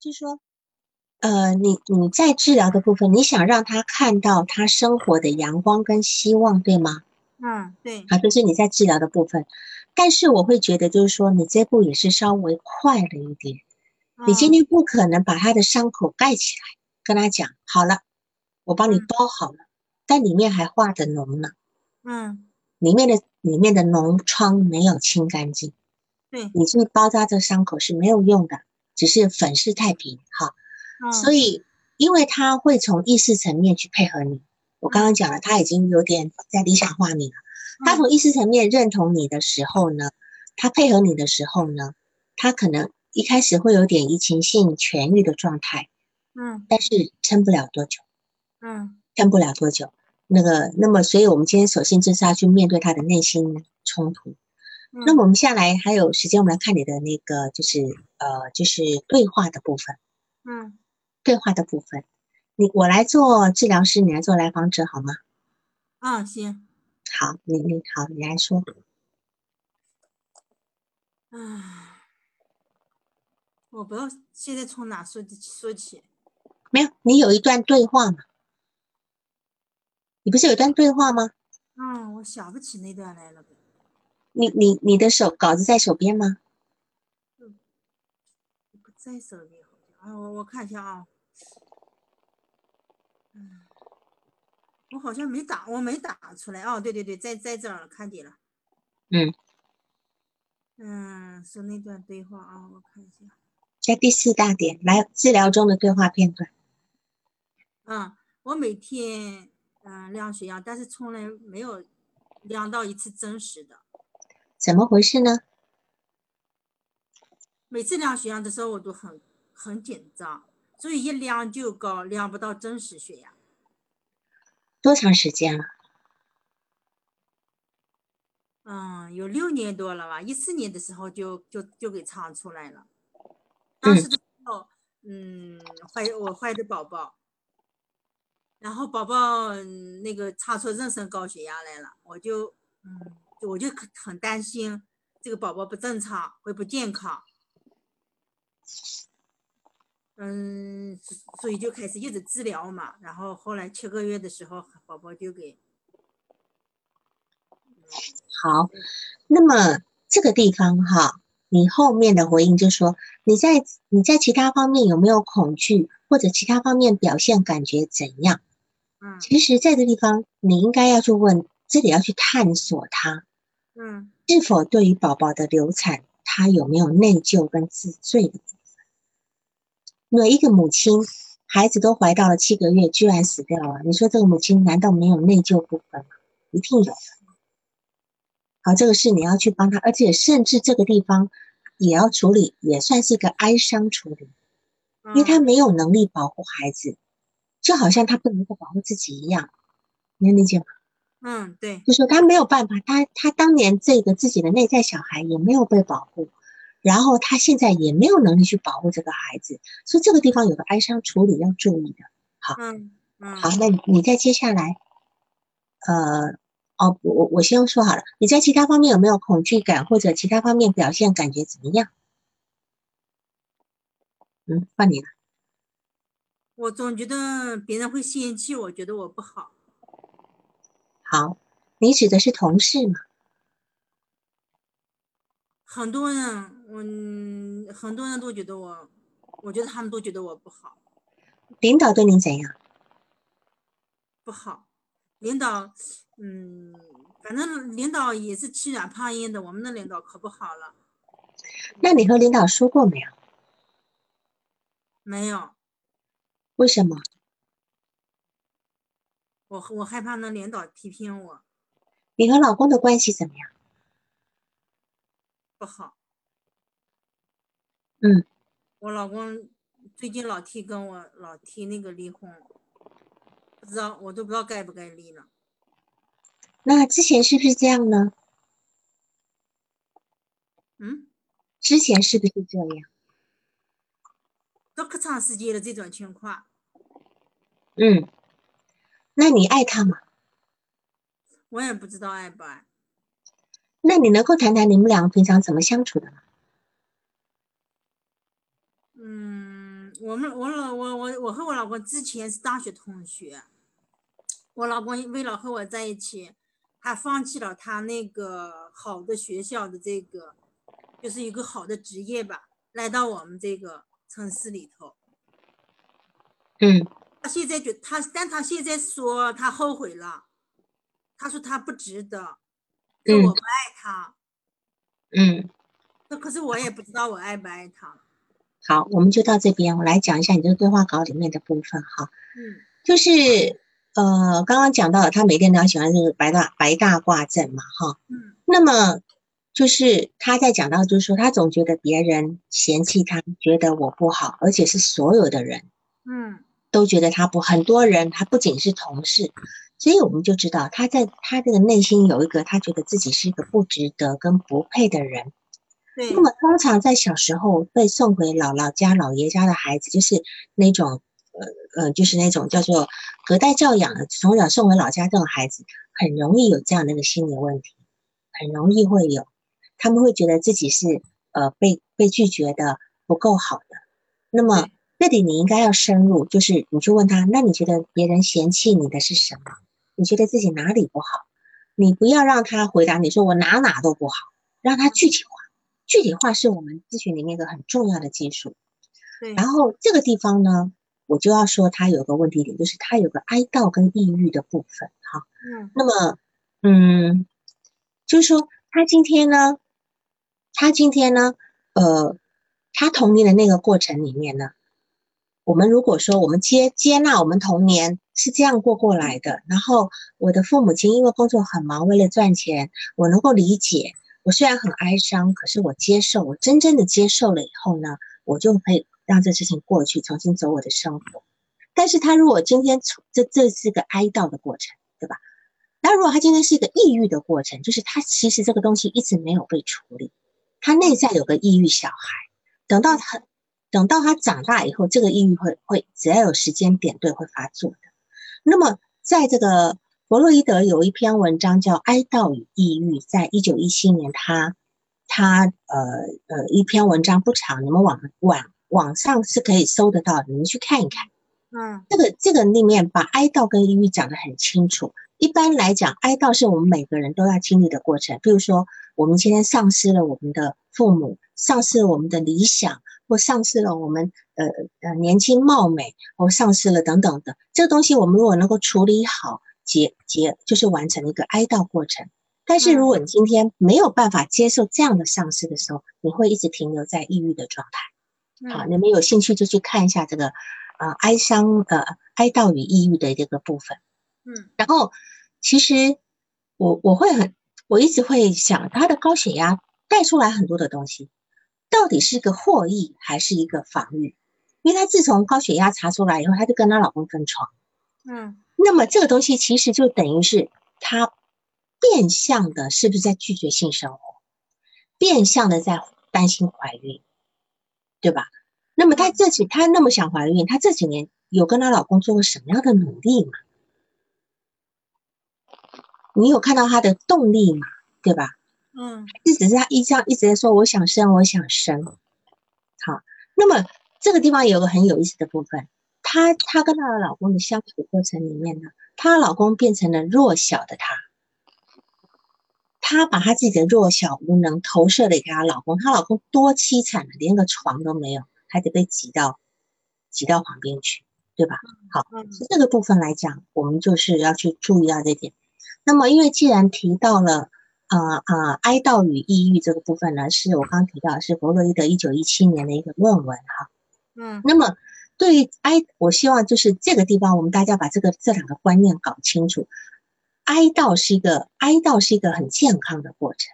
A: 就是说，呃，你你在治疗的部分，你想让他看到他生活的阳光跟希望，对吗？
B: 嗯，对，
A: 啊，这是你在治疗的部分。但是我会觉得，就是说，你这步也是稍微快了一点。你今
B: 嗯
A: 天不可能把他的伤口盖起来，跟他讲好了，我帮你
B: 嗯
A: 包好了，但里面还化的脓呢，
B: 嗯
A: 里面的里面的脓疮没有清干净，
B: 对，
A: 你去包扎这伤口是没有用的，只是粉饰太平哈。
B: 嗯
A: 所以，因为他会从意识层面去配合你，我刚刚讲了，他已经有点在理想化你了。他
B: 嗯
A: 从意识层面认同你的时候呢，他配合你的时候呢，他可能一开始会有点移情性痊愈的状态，
B: 嗯
A: 但是撑不了多久，
B: 嗯
A: 撑不了多久。那个，那么，所以我们今天首先就是要去面对他的内心冲突。
B: 嗯，
A: 那么我们下来还有时间，我们来看你的那个，就是呃，就是对话的部分，
B: 嗯
A: 对话的部分。你我来做治疗师，你来做来访者，好吗？
B: 嗯行，
A: 好，你你好，你来说。
B: 唉，我不知道现在从哪说起说起，
A: 没有，你有一段对话嘛？你不是有一段对话吗？
B: 嗯，我想不起那段来了。
A: 你你你的手稿子在手边吗？
B: 不在手里，好像。啊，我我看一下啊。嗯，我好像没打，我没打出来。哦，对对对，在在这儿了看见了。
A: 嗯。
B: 嗯，是那段对话啊，我看一下。
A: 在第四大点，来治疗中的对话片段。
B: 嗯，我每天嗯、呃量血压，但是从来没有量到一次真实的。
A: 怎么回事呢？
B: 每次量血压的时候，我都很很紧张，所以一量就高，量不到真实血压。
A: 多长时间了？
B: 嗯，有六年多了吧，一四年的时候就就就给唱出来了。当时的时候，嗯，怀我怀的宝宝，然后宝宝嗯那个查出妊娠高血压来了，我就嗯就我就很很担心这个宝宝不正常会不健康，嗯，所所以就开始一直治疗嘛，然后后来七个月的时候，宝宝就给
A: 好，那么这个地方哈，你后面的回应就说你在你在其他方面有没有恐惧，或者其他方面表现感觉怎样？
B: 嗯
A: 其实在这个地方，你应该要去问，这里要去探索它。
B: 嗯
A: 是否对于宝宝的流产，他有没有内疚跟自罪的部分？每一个母亲，孩子都怀到了七个月，居然死掉了，你说这个母亲难道没有内疚部分吗？一定有的。好，这个是你要去帮他，而且甚至这个地方也要处理，也算是一个哀伤处理，因为他
B: 嗯
A: 没有能力保护孩子，就好像他不能够保护自己一样，能理解吗？
B: 嗯对
A: 就说他没有办法，他他当年这个自己的内在小孩也没有被保护，然后他现在也没有能力去保护这个孩子，所以这个地方有个哀伤处理要注意的。
B: 嗯嗯
A: 好，那你你再接下来，呃，哦，我我我先说好了，你在其他方面有没有恐惧感，或者其他方面表现感觉怎么样？嗯，换你了，
B: 我总觉得别人会嫌弃我，觉得我不好。
A: 好，你指的是同事嘛？
B: 很多人，我嗯很多人都觉得我，我觉得他们都觉得我不好，
A: 领导对你怎样？
B: 不好。领导，嗯，反正领导也是欺软怕硬的，我们的领导可不好了。
A: 那你和领导说过没有？
B: 没有，
A: 为什么？
B: 我我害怕那领导批评我
A: 你和老公的关系怎么样？
B: 不好。
A: 嗯，
B: 我老公最近老提跟我老提那个离婚，不知道，我都不知道该不该立了。
A: 那之前是不是这样呢？
B: 嗯，
A: 之前是不是这样？
B: 都可长时间了，这种情况，
A: 嗯，那你爱他吗？
B: 我也不知道爱不爱。
A: 那你能够谈谈你们两个平常怎么相处的吗？
B: 嗯，我们我老我我我和我老公之前是大学同学，我老公为了和我在一起，他放弃了他那个好的学校的这个，就是一个好的职业吧，来到我们这个城市里头。
A: 嗯，
B: 他现在觉他，但他现在说他后悔了，他说他不值得，说
A: 嗯
B: 我不爱他，
A: 嗯，
B: 那、可是我也不知道我爱不爱他。
A: 好，我们就到这边，我来讲一下你这个对话稿里面的部分哈。
B: 嗯
A: 就是呃，刚刚讲到了，他每天都要喜欢这个白大白大褂阵嘛，哈。
B: 嗯
A: 那么就是他在讲到，就是说他总觉得别人嫌弃他，觉得我不好，而且是所有的人
B: 嗯
A: 都觉得他不，很多人他不仅是同事，所以我们就知道他在他这个内心有一个他觉得自己是一个不值得跟不配的人。
B: 对
A: 那么通常在小时候被送回姥姥家、姥爷家的孩子，就是那种呃呃，就是那种叫做隔代教养的，从小送回老家这种孩子，很容易有这样的一个心理问题，很容易会有，他们会觉得自己是呃被被拒绝的，不够好的。那么这
B: 对
A: 里你应该要深入，就是你去问他，那你觉得别人嫌弃你的是什么？你觉得自己哪里不好？你不要让他回答你说我哪哪都不好，让他具体化。具体化是我们咨询里面一个很重要的技术。
B: 对
A: 然后这个地方呢，我就要说他有个问题点，就是他有个哀悼跟抑郁的部分哈。
B: 嗯
A: 那么，嗯，就是说他今天呢，他今天呢，呃，他童年的那个过程里面呢，我们如果说我们接接纳我们童年是这样过过来的，然后我的父母亲因为工作很忙，为了赚钱，我能够理解。我虽然很哀伤，可是我接受，我真正的接受了以后呢，我就可以让这事情过去，重新走我的生活。但是他如果今天处这这是个哀悼的过程，对吧？那如果他今天是一个抑郁的过程，就是他其实这个东西一直没有被处理，他内在有个抑郁小孩，等到他等到他长大以后，这个抑郁会会只要有时间点对会发作的。那么在这个弗洛伊德有一篇文章叫《哀悼与抑郁》，在一九一七年他他呃呃一篇文章不长，你们网网网上是可以搜得到，你们去看一看。
B: 嗯
A: 这个这个里面把哀悼跟抑郁讲得很清楚。一般来讲，哀悼是我们每个人都要经历的过程。比如说，我们今天丧失了我们的父母，丧失了我们的理想，或丧失了我们呃呃年轻貌美，或丧失了等等的。这个东西，我们如果能够处理好，结结就是完成一个哀悼过程。但是，如果你今天没有办法接受这样的丧失的时候，你会一直停留在抑郁的状态。好，
B: 嗯
A: 你们有兴趣就去看一下这个，呃，哀伤，呃，哀悼与抑郁的这个部分。
B: 嗯
A: 然后，其实我我会很，我一直会想，他的高血压带出来很多的东西，到底是个获益还是一个防御？因为他自从高血压查出来以后，他就跟她老公分床。
B: 嗯
A: 那么这个东西其实就等于是他变相的，是不是在拒绝性生活？变相的在担心怀孕，对吧？那么她这几她那么想怀孕，她这几年有跟她老公做过什么样的努力吗？你有看到她的动力吗？对吧？
B: 嗯
A: 这只是她一向一直在说我想生，我想生。好，那么这个地方有个很有意思的部分，她她跟她的老公的相处过程里面呢，她老公变成了弱小的她，她把她自己的弱小无能投射了给她老公，她老公多凄惨了，连个床都没有，还得被挤到挤到旁边去，对吧？
B: 嗯
A: 所以这个部分来讲，我们就是要去注意到这点。那么，因为既然提到了呃呃哀悼与抑郁这个部分呢，是我刚刚提到的是弗洛伊德一九一七年的一个论文哈。
B: 嗯
A: 那么对于哀，我希望就是这个地方，我们大家把这个这两个观念搞清楚。哀悼是一个哀悼是一个很健康的过程，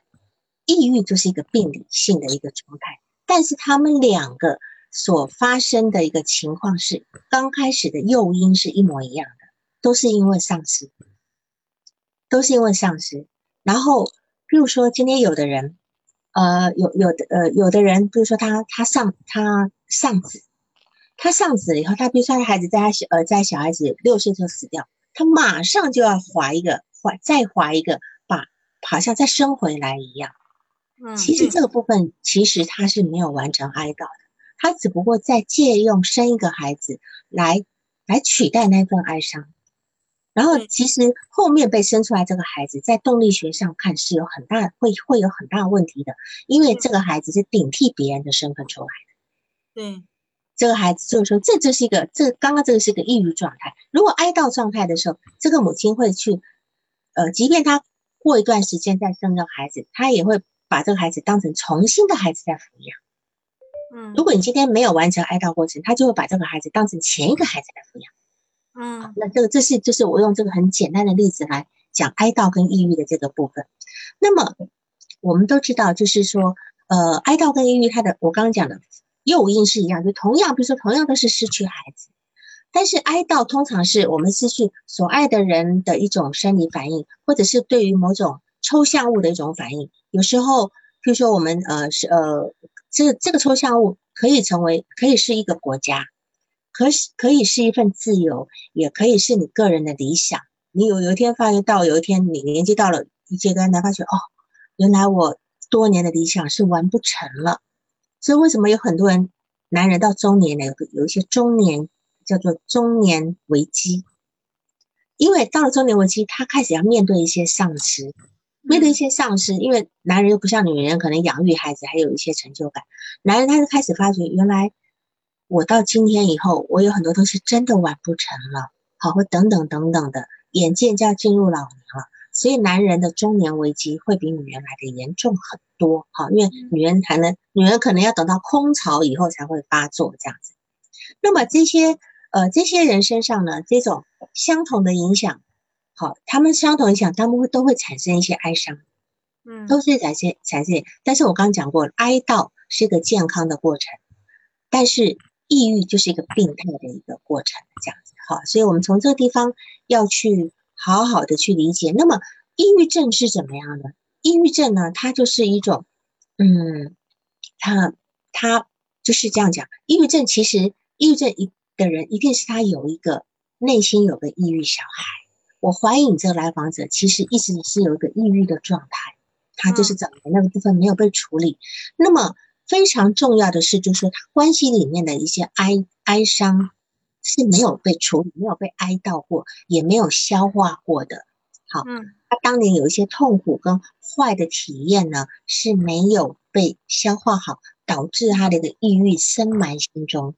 A: 抑郁就是一个病理性的一个状态，但是他们两个所发生的一个情况是，刚开始的诱因是一模一样的，都是因为丧失，都是因为丧失。然后，比如说今天有的人，呃，有有的呃有的人，比如说他他丧他丧子，他丧子了以后，他比如说他孩子在他小呃在小孩子六岁就死掉，他马上就要怀一个怀再怀一个，把好像再生回来一样。
B: 嗯，
A: 其实
B: 对
A: 这个部分其实他是没有完成哀悼的，他只不过在借用生一个孩子来来取代那份哀伤。然后
B: 对
A: 其实后面被生出来这个孩子，在动力学上看是有很大会会有很大问题的，因为
B: 对
A: 这个孩子是顶替别人的身份出来。
B: 对
A: 这个孩子就是说，这就是一个这刚刚这个是一个抑郁状态。如果哀悼状态的时候，这个母亲会去，呃，即便她过一段时间再生这个孩子，她也会把这个孩子当成重新的孩子在抚养。
B: 嗯
A: 如果你今天没有完成哀悼过程，她就会把这个孩子当成前一个孩子来抚养。
B: 嗯
A: 那这个这是就是我用这个很简单的例子来讲哀悼跟抑郁的这个部分。那么我们都知道，就是说，呃，哀悼跟抑郁它的我刚刚讲的诱因是一样，就同样，比如说同样都是失去孩子，但是哀悼通常是我们失去所爱的人的一种生理反应，或者是对于某种抽象物的一种反应。有时候，譬如说我们呃是呃这这个抽象物可以成为可以是一个国家，可是可以是一份自由，也可以是你个人的理想。你有有一天发觉到，有一天你年纪到了一阶段，才发觉哦，原来我多年的理想是完不成了。所以为什么有很多人，男人到中年呢，有个有一些中年叫做中年危机，因为到了中年危机，他开始要面对一些丧失，面对一些丧失，因为男人又不像女人，可能养育孩子还有一些成就感，男人他就开始发觉，原来我到今天以后，我有很多东西真的完不成了，好，或等等等等的，眼见就要进入老年了，所以男人的中年危机会比女人来的严重很多，好，因为女人才能，女人可能要等到空巢以后才会发作这样子。那么这些呃这些人身上呢，这种相同的影响，好，他们相同影响，他们会都会产生一些哀伤。
B: 嗯
A: 都是展现展现。但是我刚讲过，哀悼是一个健康的过程，但是抑郁就是一个病态的一个过程，这样子好。所以我们从这个地方要去好好的去理解。那么抑郁症是怎么样呢？抑郁症呢，它就是一种，嗯，它它就是这样讲。抑郁症其实，抑郁症一的人一定是他有一个内心有个抑郁小孩。我怀疑你这个来访者其实一直是有一个抑郁的状态，他就是整个那个部分没有被处理。那么非常重要的是，就是说他关系里面的一些哀哀伤是没有被处理、没有被哀悼过，也没有消化过的。
B: 嗯
A: 他当年有一些痛苦跟坏的体验呢，是没有被消化好，导致他的一个抑郁深埋心中。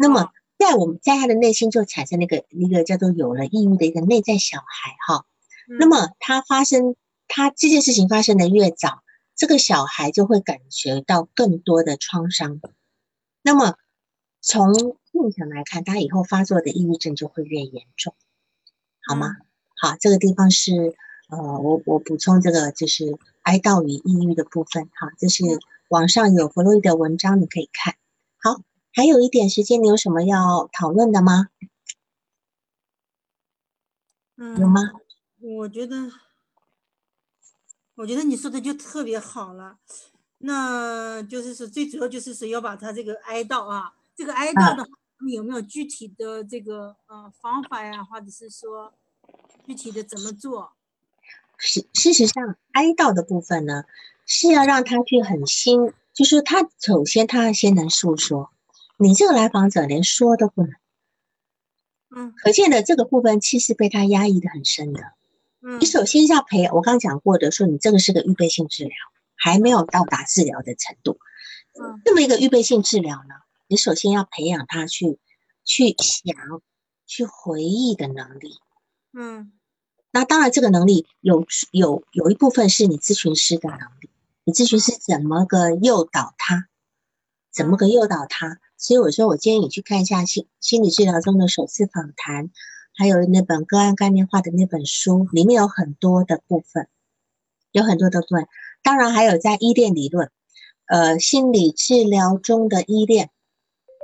A: 那么
B: 哦，
A: 在我们在他的内心就产生那个那个叫做有了抑郁的一个内在小孩哈。那
B: 嗯
A: 么他发生他这件事情发生的越早，这个小孩就会感觉到更多的创伤。那么从病程来看，他以后发作的抑郁症就会越严重，好吗？
B: 嗯
A: 好，这个地方是呃，我我补充这个就是哀悼与抑郁的部分哈，这是
B: 嗯
A: 网上有弗洛伊德文章，你可以看。好，还有一点时间，你有什么要讨论的吗？
B: 嗯
A: 有吗？
B: 我觉得，我觉得你说的就特别好了。那就是说，最主要就是说要把他这个哀悼啊，这个哀悼的话，你有没有具体的这个呃方法呀，或者是说具体的怎么做？
A: 事事实上，哀悼的部分呢，是要让他去很心，就是他首先他要先能诉说，你这个来访者连说都不能，
B: 嗯
A: 可见的这个部分其实被他压抑的很深的。
B: 嗯
A: 你首先要培养，我刚刚讲过的，说你这个是个预备性治疗，还没有到达治疗的程度。
B: 嗯
A: 这么一个预备性治疗呢，你首先要培养他去去想、去回忆的能力。
B: 嗯
A: 那当然，这个能力有有有一部分是你咨询师的能力，你咨询师怎么个诱导他，怎么个诱导他？所以我说，我建议你去看一下心心理治疗中的首次访谈，还有那本个案概念化的那本书，里面有很多的部分，有很多的部分。当然，还有在依恋理论，呃，心理治疗中的依恋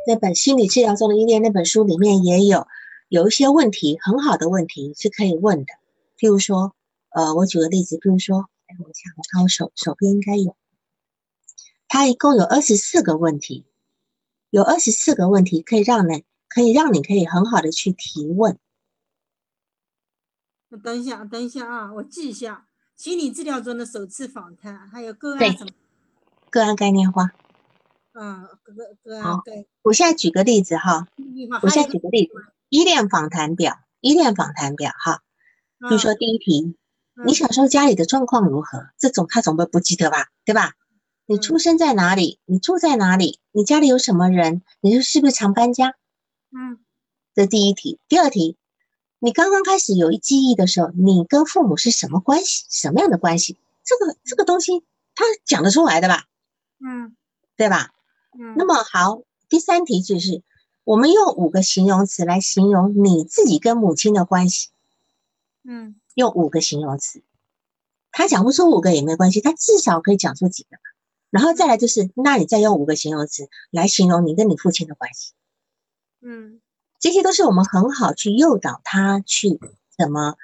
A: 那本《心理治疗中的依恋》那本书里面也有，有一些问题，很好的问题是可以问的。譬如说，呃，我举个例子，譬如说，哎，我想我看我手手边应该有，它一共有二十四个问题，有二十四个问题可以让你可以让你可以很好的去提问。
B: 等一下，等一下啊，我记一下。心理治疗中的首次访谈，还有个
A: 对
B: 案什么？
A: 个案概念化，
B: 嗯，个个
A: 好
B: 案对，
A: 我现在举个例子哈，
B: 地方
A: 我
B: 还
A: 现
B: 有
A: 在
B: 一
A: 举个
B: 个，
A: 例子，依恋访谈表，依恋访谈表哈，比如说第一题，
B: 嗯，
A: 你小时候家里的状况如何？这种他总会不记得吧，对吧？你
B: 嗯
A: 出生在哪里？你住在哪里？你家里有什么人？你是不是常搬家？
B: 嗯
A: 这第一题。第二题，你刚刚开始有记忆的时候，你跟父母是什么关系？什么样的关系？这个这个东西他讲得出来的吧，
B: 嗯
A: 对吧？
B: 嗯，
A: 那么好，第三题就是我们用五个形容词来形容你自己跟母亲的关系。
B: 嗯
A: 用五个形容词，他讲不出五个也没关系，他至少可以讲出几个吧。然后再来就是，那你再用五个形容词来形容你跟你父亲的关系，
B: 嗯
A: 这些都是我们很好去诱导他去怎么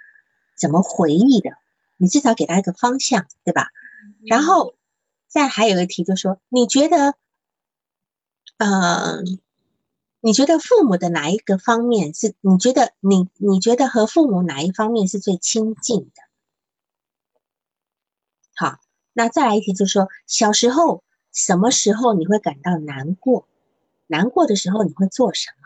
A: 怎么回忆的。你至少给他一个方向，对吧？
B: 嗯
A: 然后再还有一题，就说你觉得，呃，你觉得父母的哪一个方面是你觉得你你觉得和父母哪一方面是最亲近的？好，那再来一题，就说小时候什么时候你会感到难过？难过的时候你会做什么？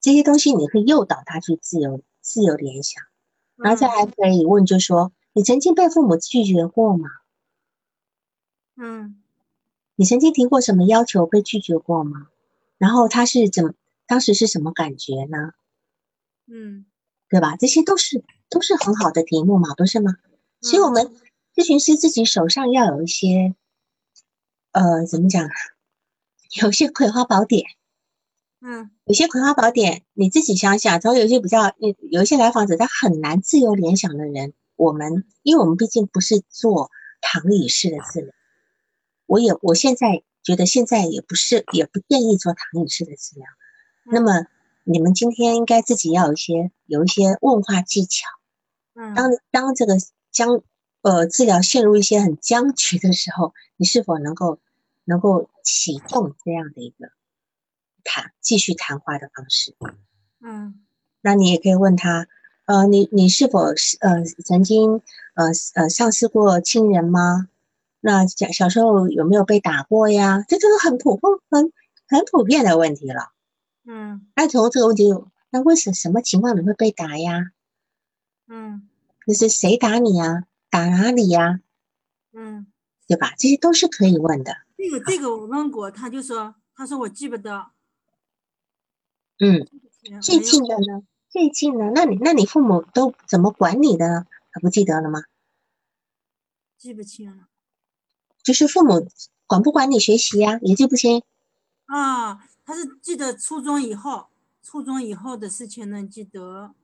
A: 这些东西你会诱导他去自由自由联想。然后再来可以问，就说你曾经被父母拒绝过吗？
B: 嗯
A: 你曾经提过什么要求被拒绝过吗？然后他是怎么，当时是什么感觉呢？
B: 嗯
A: 对吧？这些都是都是很好的题目嘛，不是吗？所以我们咨询师自己手上要有一些，呃，怎么讲？ 有一些葵花宝典，
B: 嗯
A: 有些葵花宝典，你自己想想，总有一些比较，有有一些来访者他很难自由联想的人，我们因为我们毕竟不是做躺椅式的治疗，我也我现在觉得现在也不是也不建议做躺椅式的治疗。
B: 嗯
A: 那么你们今天应该自己要有一些有一些问话技巧，
B: 嗯
A: 当当这个僵呃治疗陷入一些很僵局的时候，你是否能够能够启动这样的一个谈继续谈话的方式？
B: 嗯
A: 那你也可以问他，呃，你你是否是呃曾经呃呃丧失过亲人吗？那小小时候有没有被打过呀？这都是很普通、很很普遍的问题了。
B: 嗯
A: 那从这个问题，那为什什么情况你会被打呀？
B: 嗯
A: 那是谁打你呀？打哪里呀？
B: 嗯，
A: 对吧？这些都是可以问的。
B: 这个这个我问过，他就说他说我记不得，
A: 嗯，
B: 嗯
A: 最近的呢？最近的，那你那你父母都怎么管你的呢？还不记得了吗？
B: 记不清了
A: 就是父母管不管你学习呀？也记不清。
B: 啊，他是记得初中以后，初中以后的事情能记得，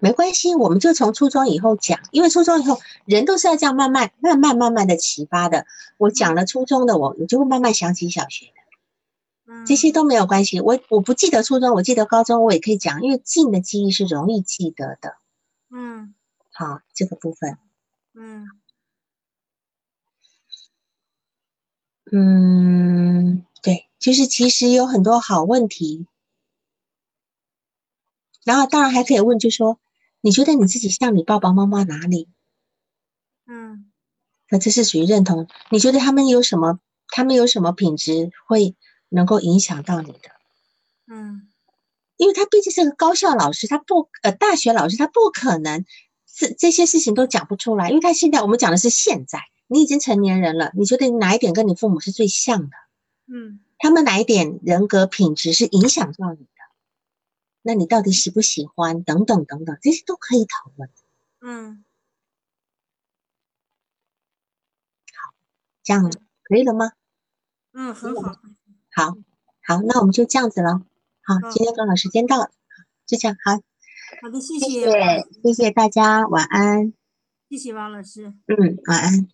A: 没关系，我们就从初中以后讲，因为初中以后人都是要这样慢慢、慢慢、慢慢的启发的。我讲了初中的，我我就会慢慢想起小学的，
B: 嗯，
A: 这些都没有关系。我我不记得初中，我记得高中，我也可以讲，因为近的记忆是容易记得的。
B: 嗯
A: 好，这个部分，
B: 嗯
A: 嗯，对，就是其实有很多好问题，然后当然还可以问，就说你觉得你自己像你爸爸妈妈哪里？
B: 嗯
A: 那这是属于认同。你觉得他们有什么？他们有什么品质会能够影响到你的？
B: 嗯
A: 因为他毕竟是个高校老师，他不呃大学老师，他不可能这这些事情都讲不出来。因为他现在我们讲的是现在，你已经成年人了，你觉得你哪一点跟你父母是最像的？
B: 嗯
A: 他们哪一点人格品质是影响到你的？那你到底喜不喜欢？等等等等，这些都可以讨论。
B: 嗯
A: 这样
B: 嗯
A: 可以了吗？
B: 嗯，很好。
A: 好，好，那我们就这样子了。好，
B: 嗯
A: 今天刚好时间到了，就这样。好，
B: 好的，谢
A: 谢
B: 谢，
A: 谢，谢谢大家，晚安。
B: 谢谢王老师。
A: 嗯，晚安。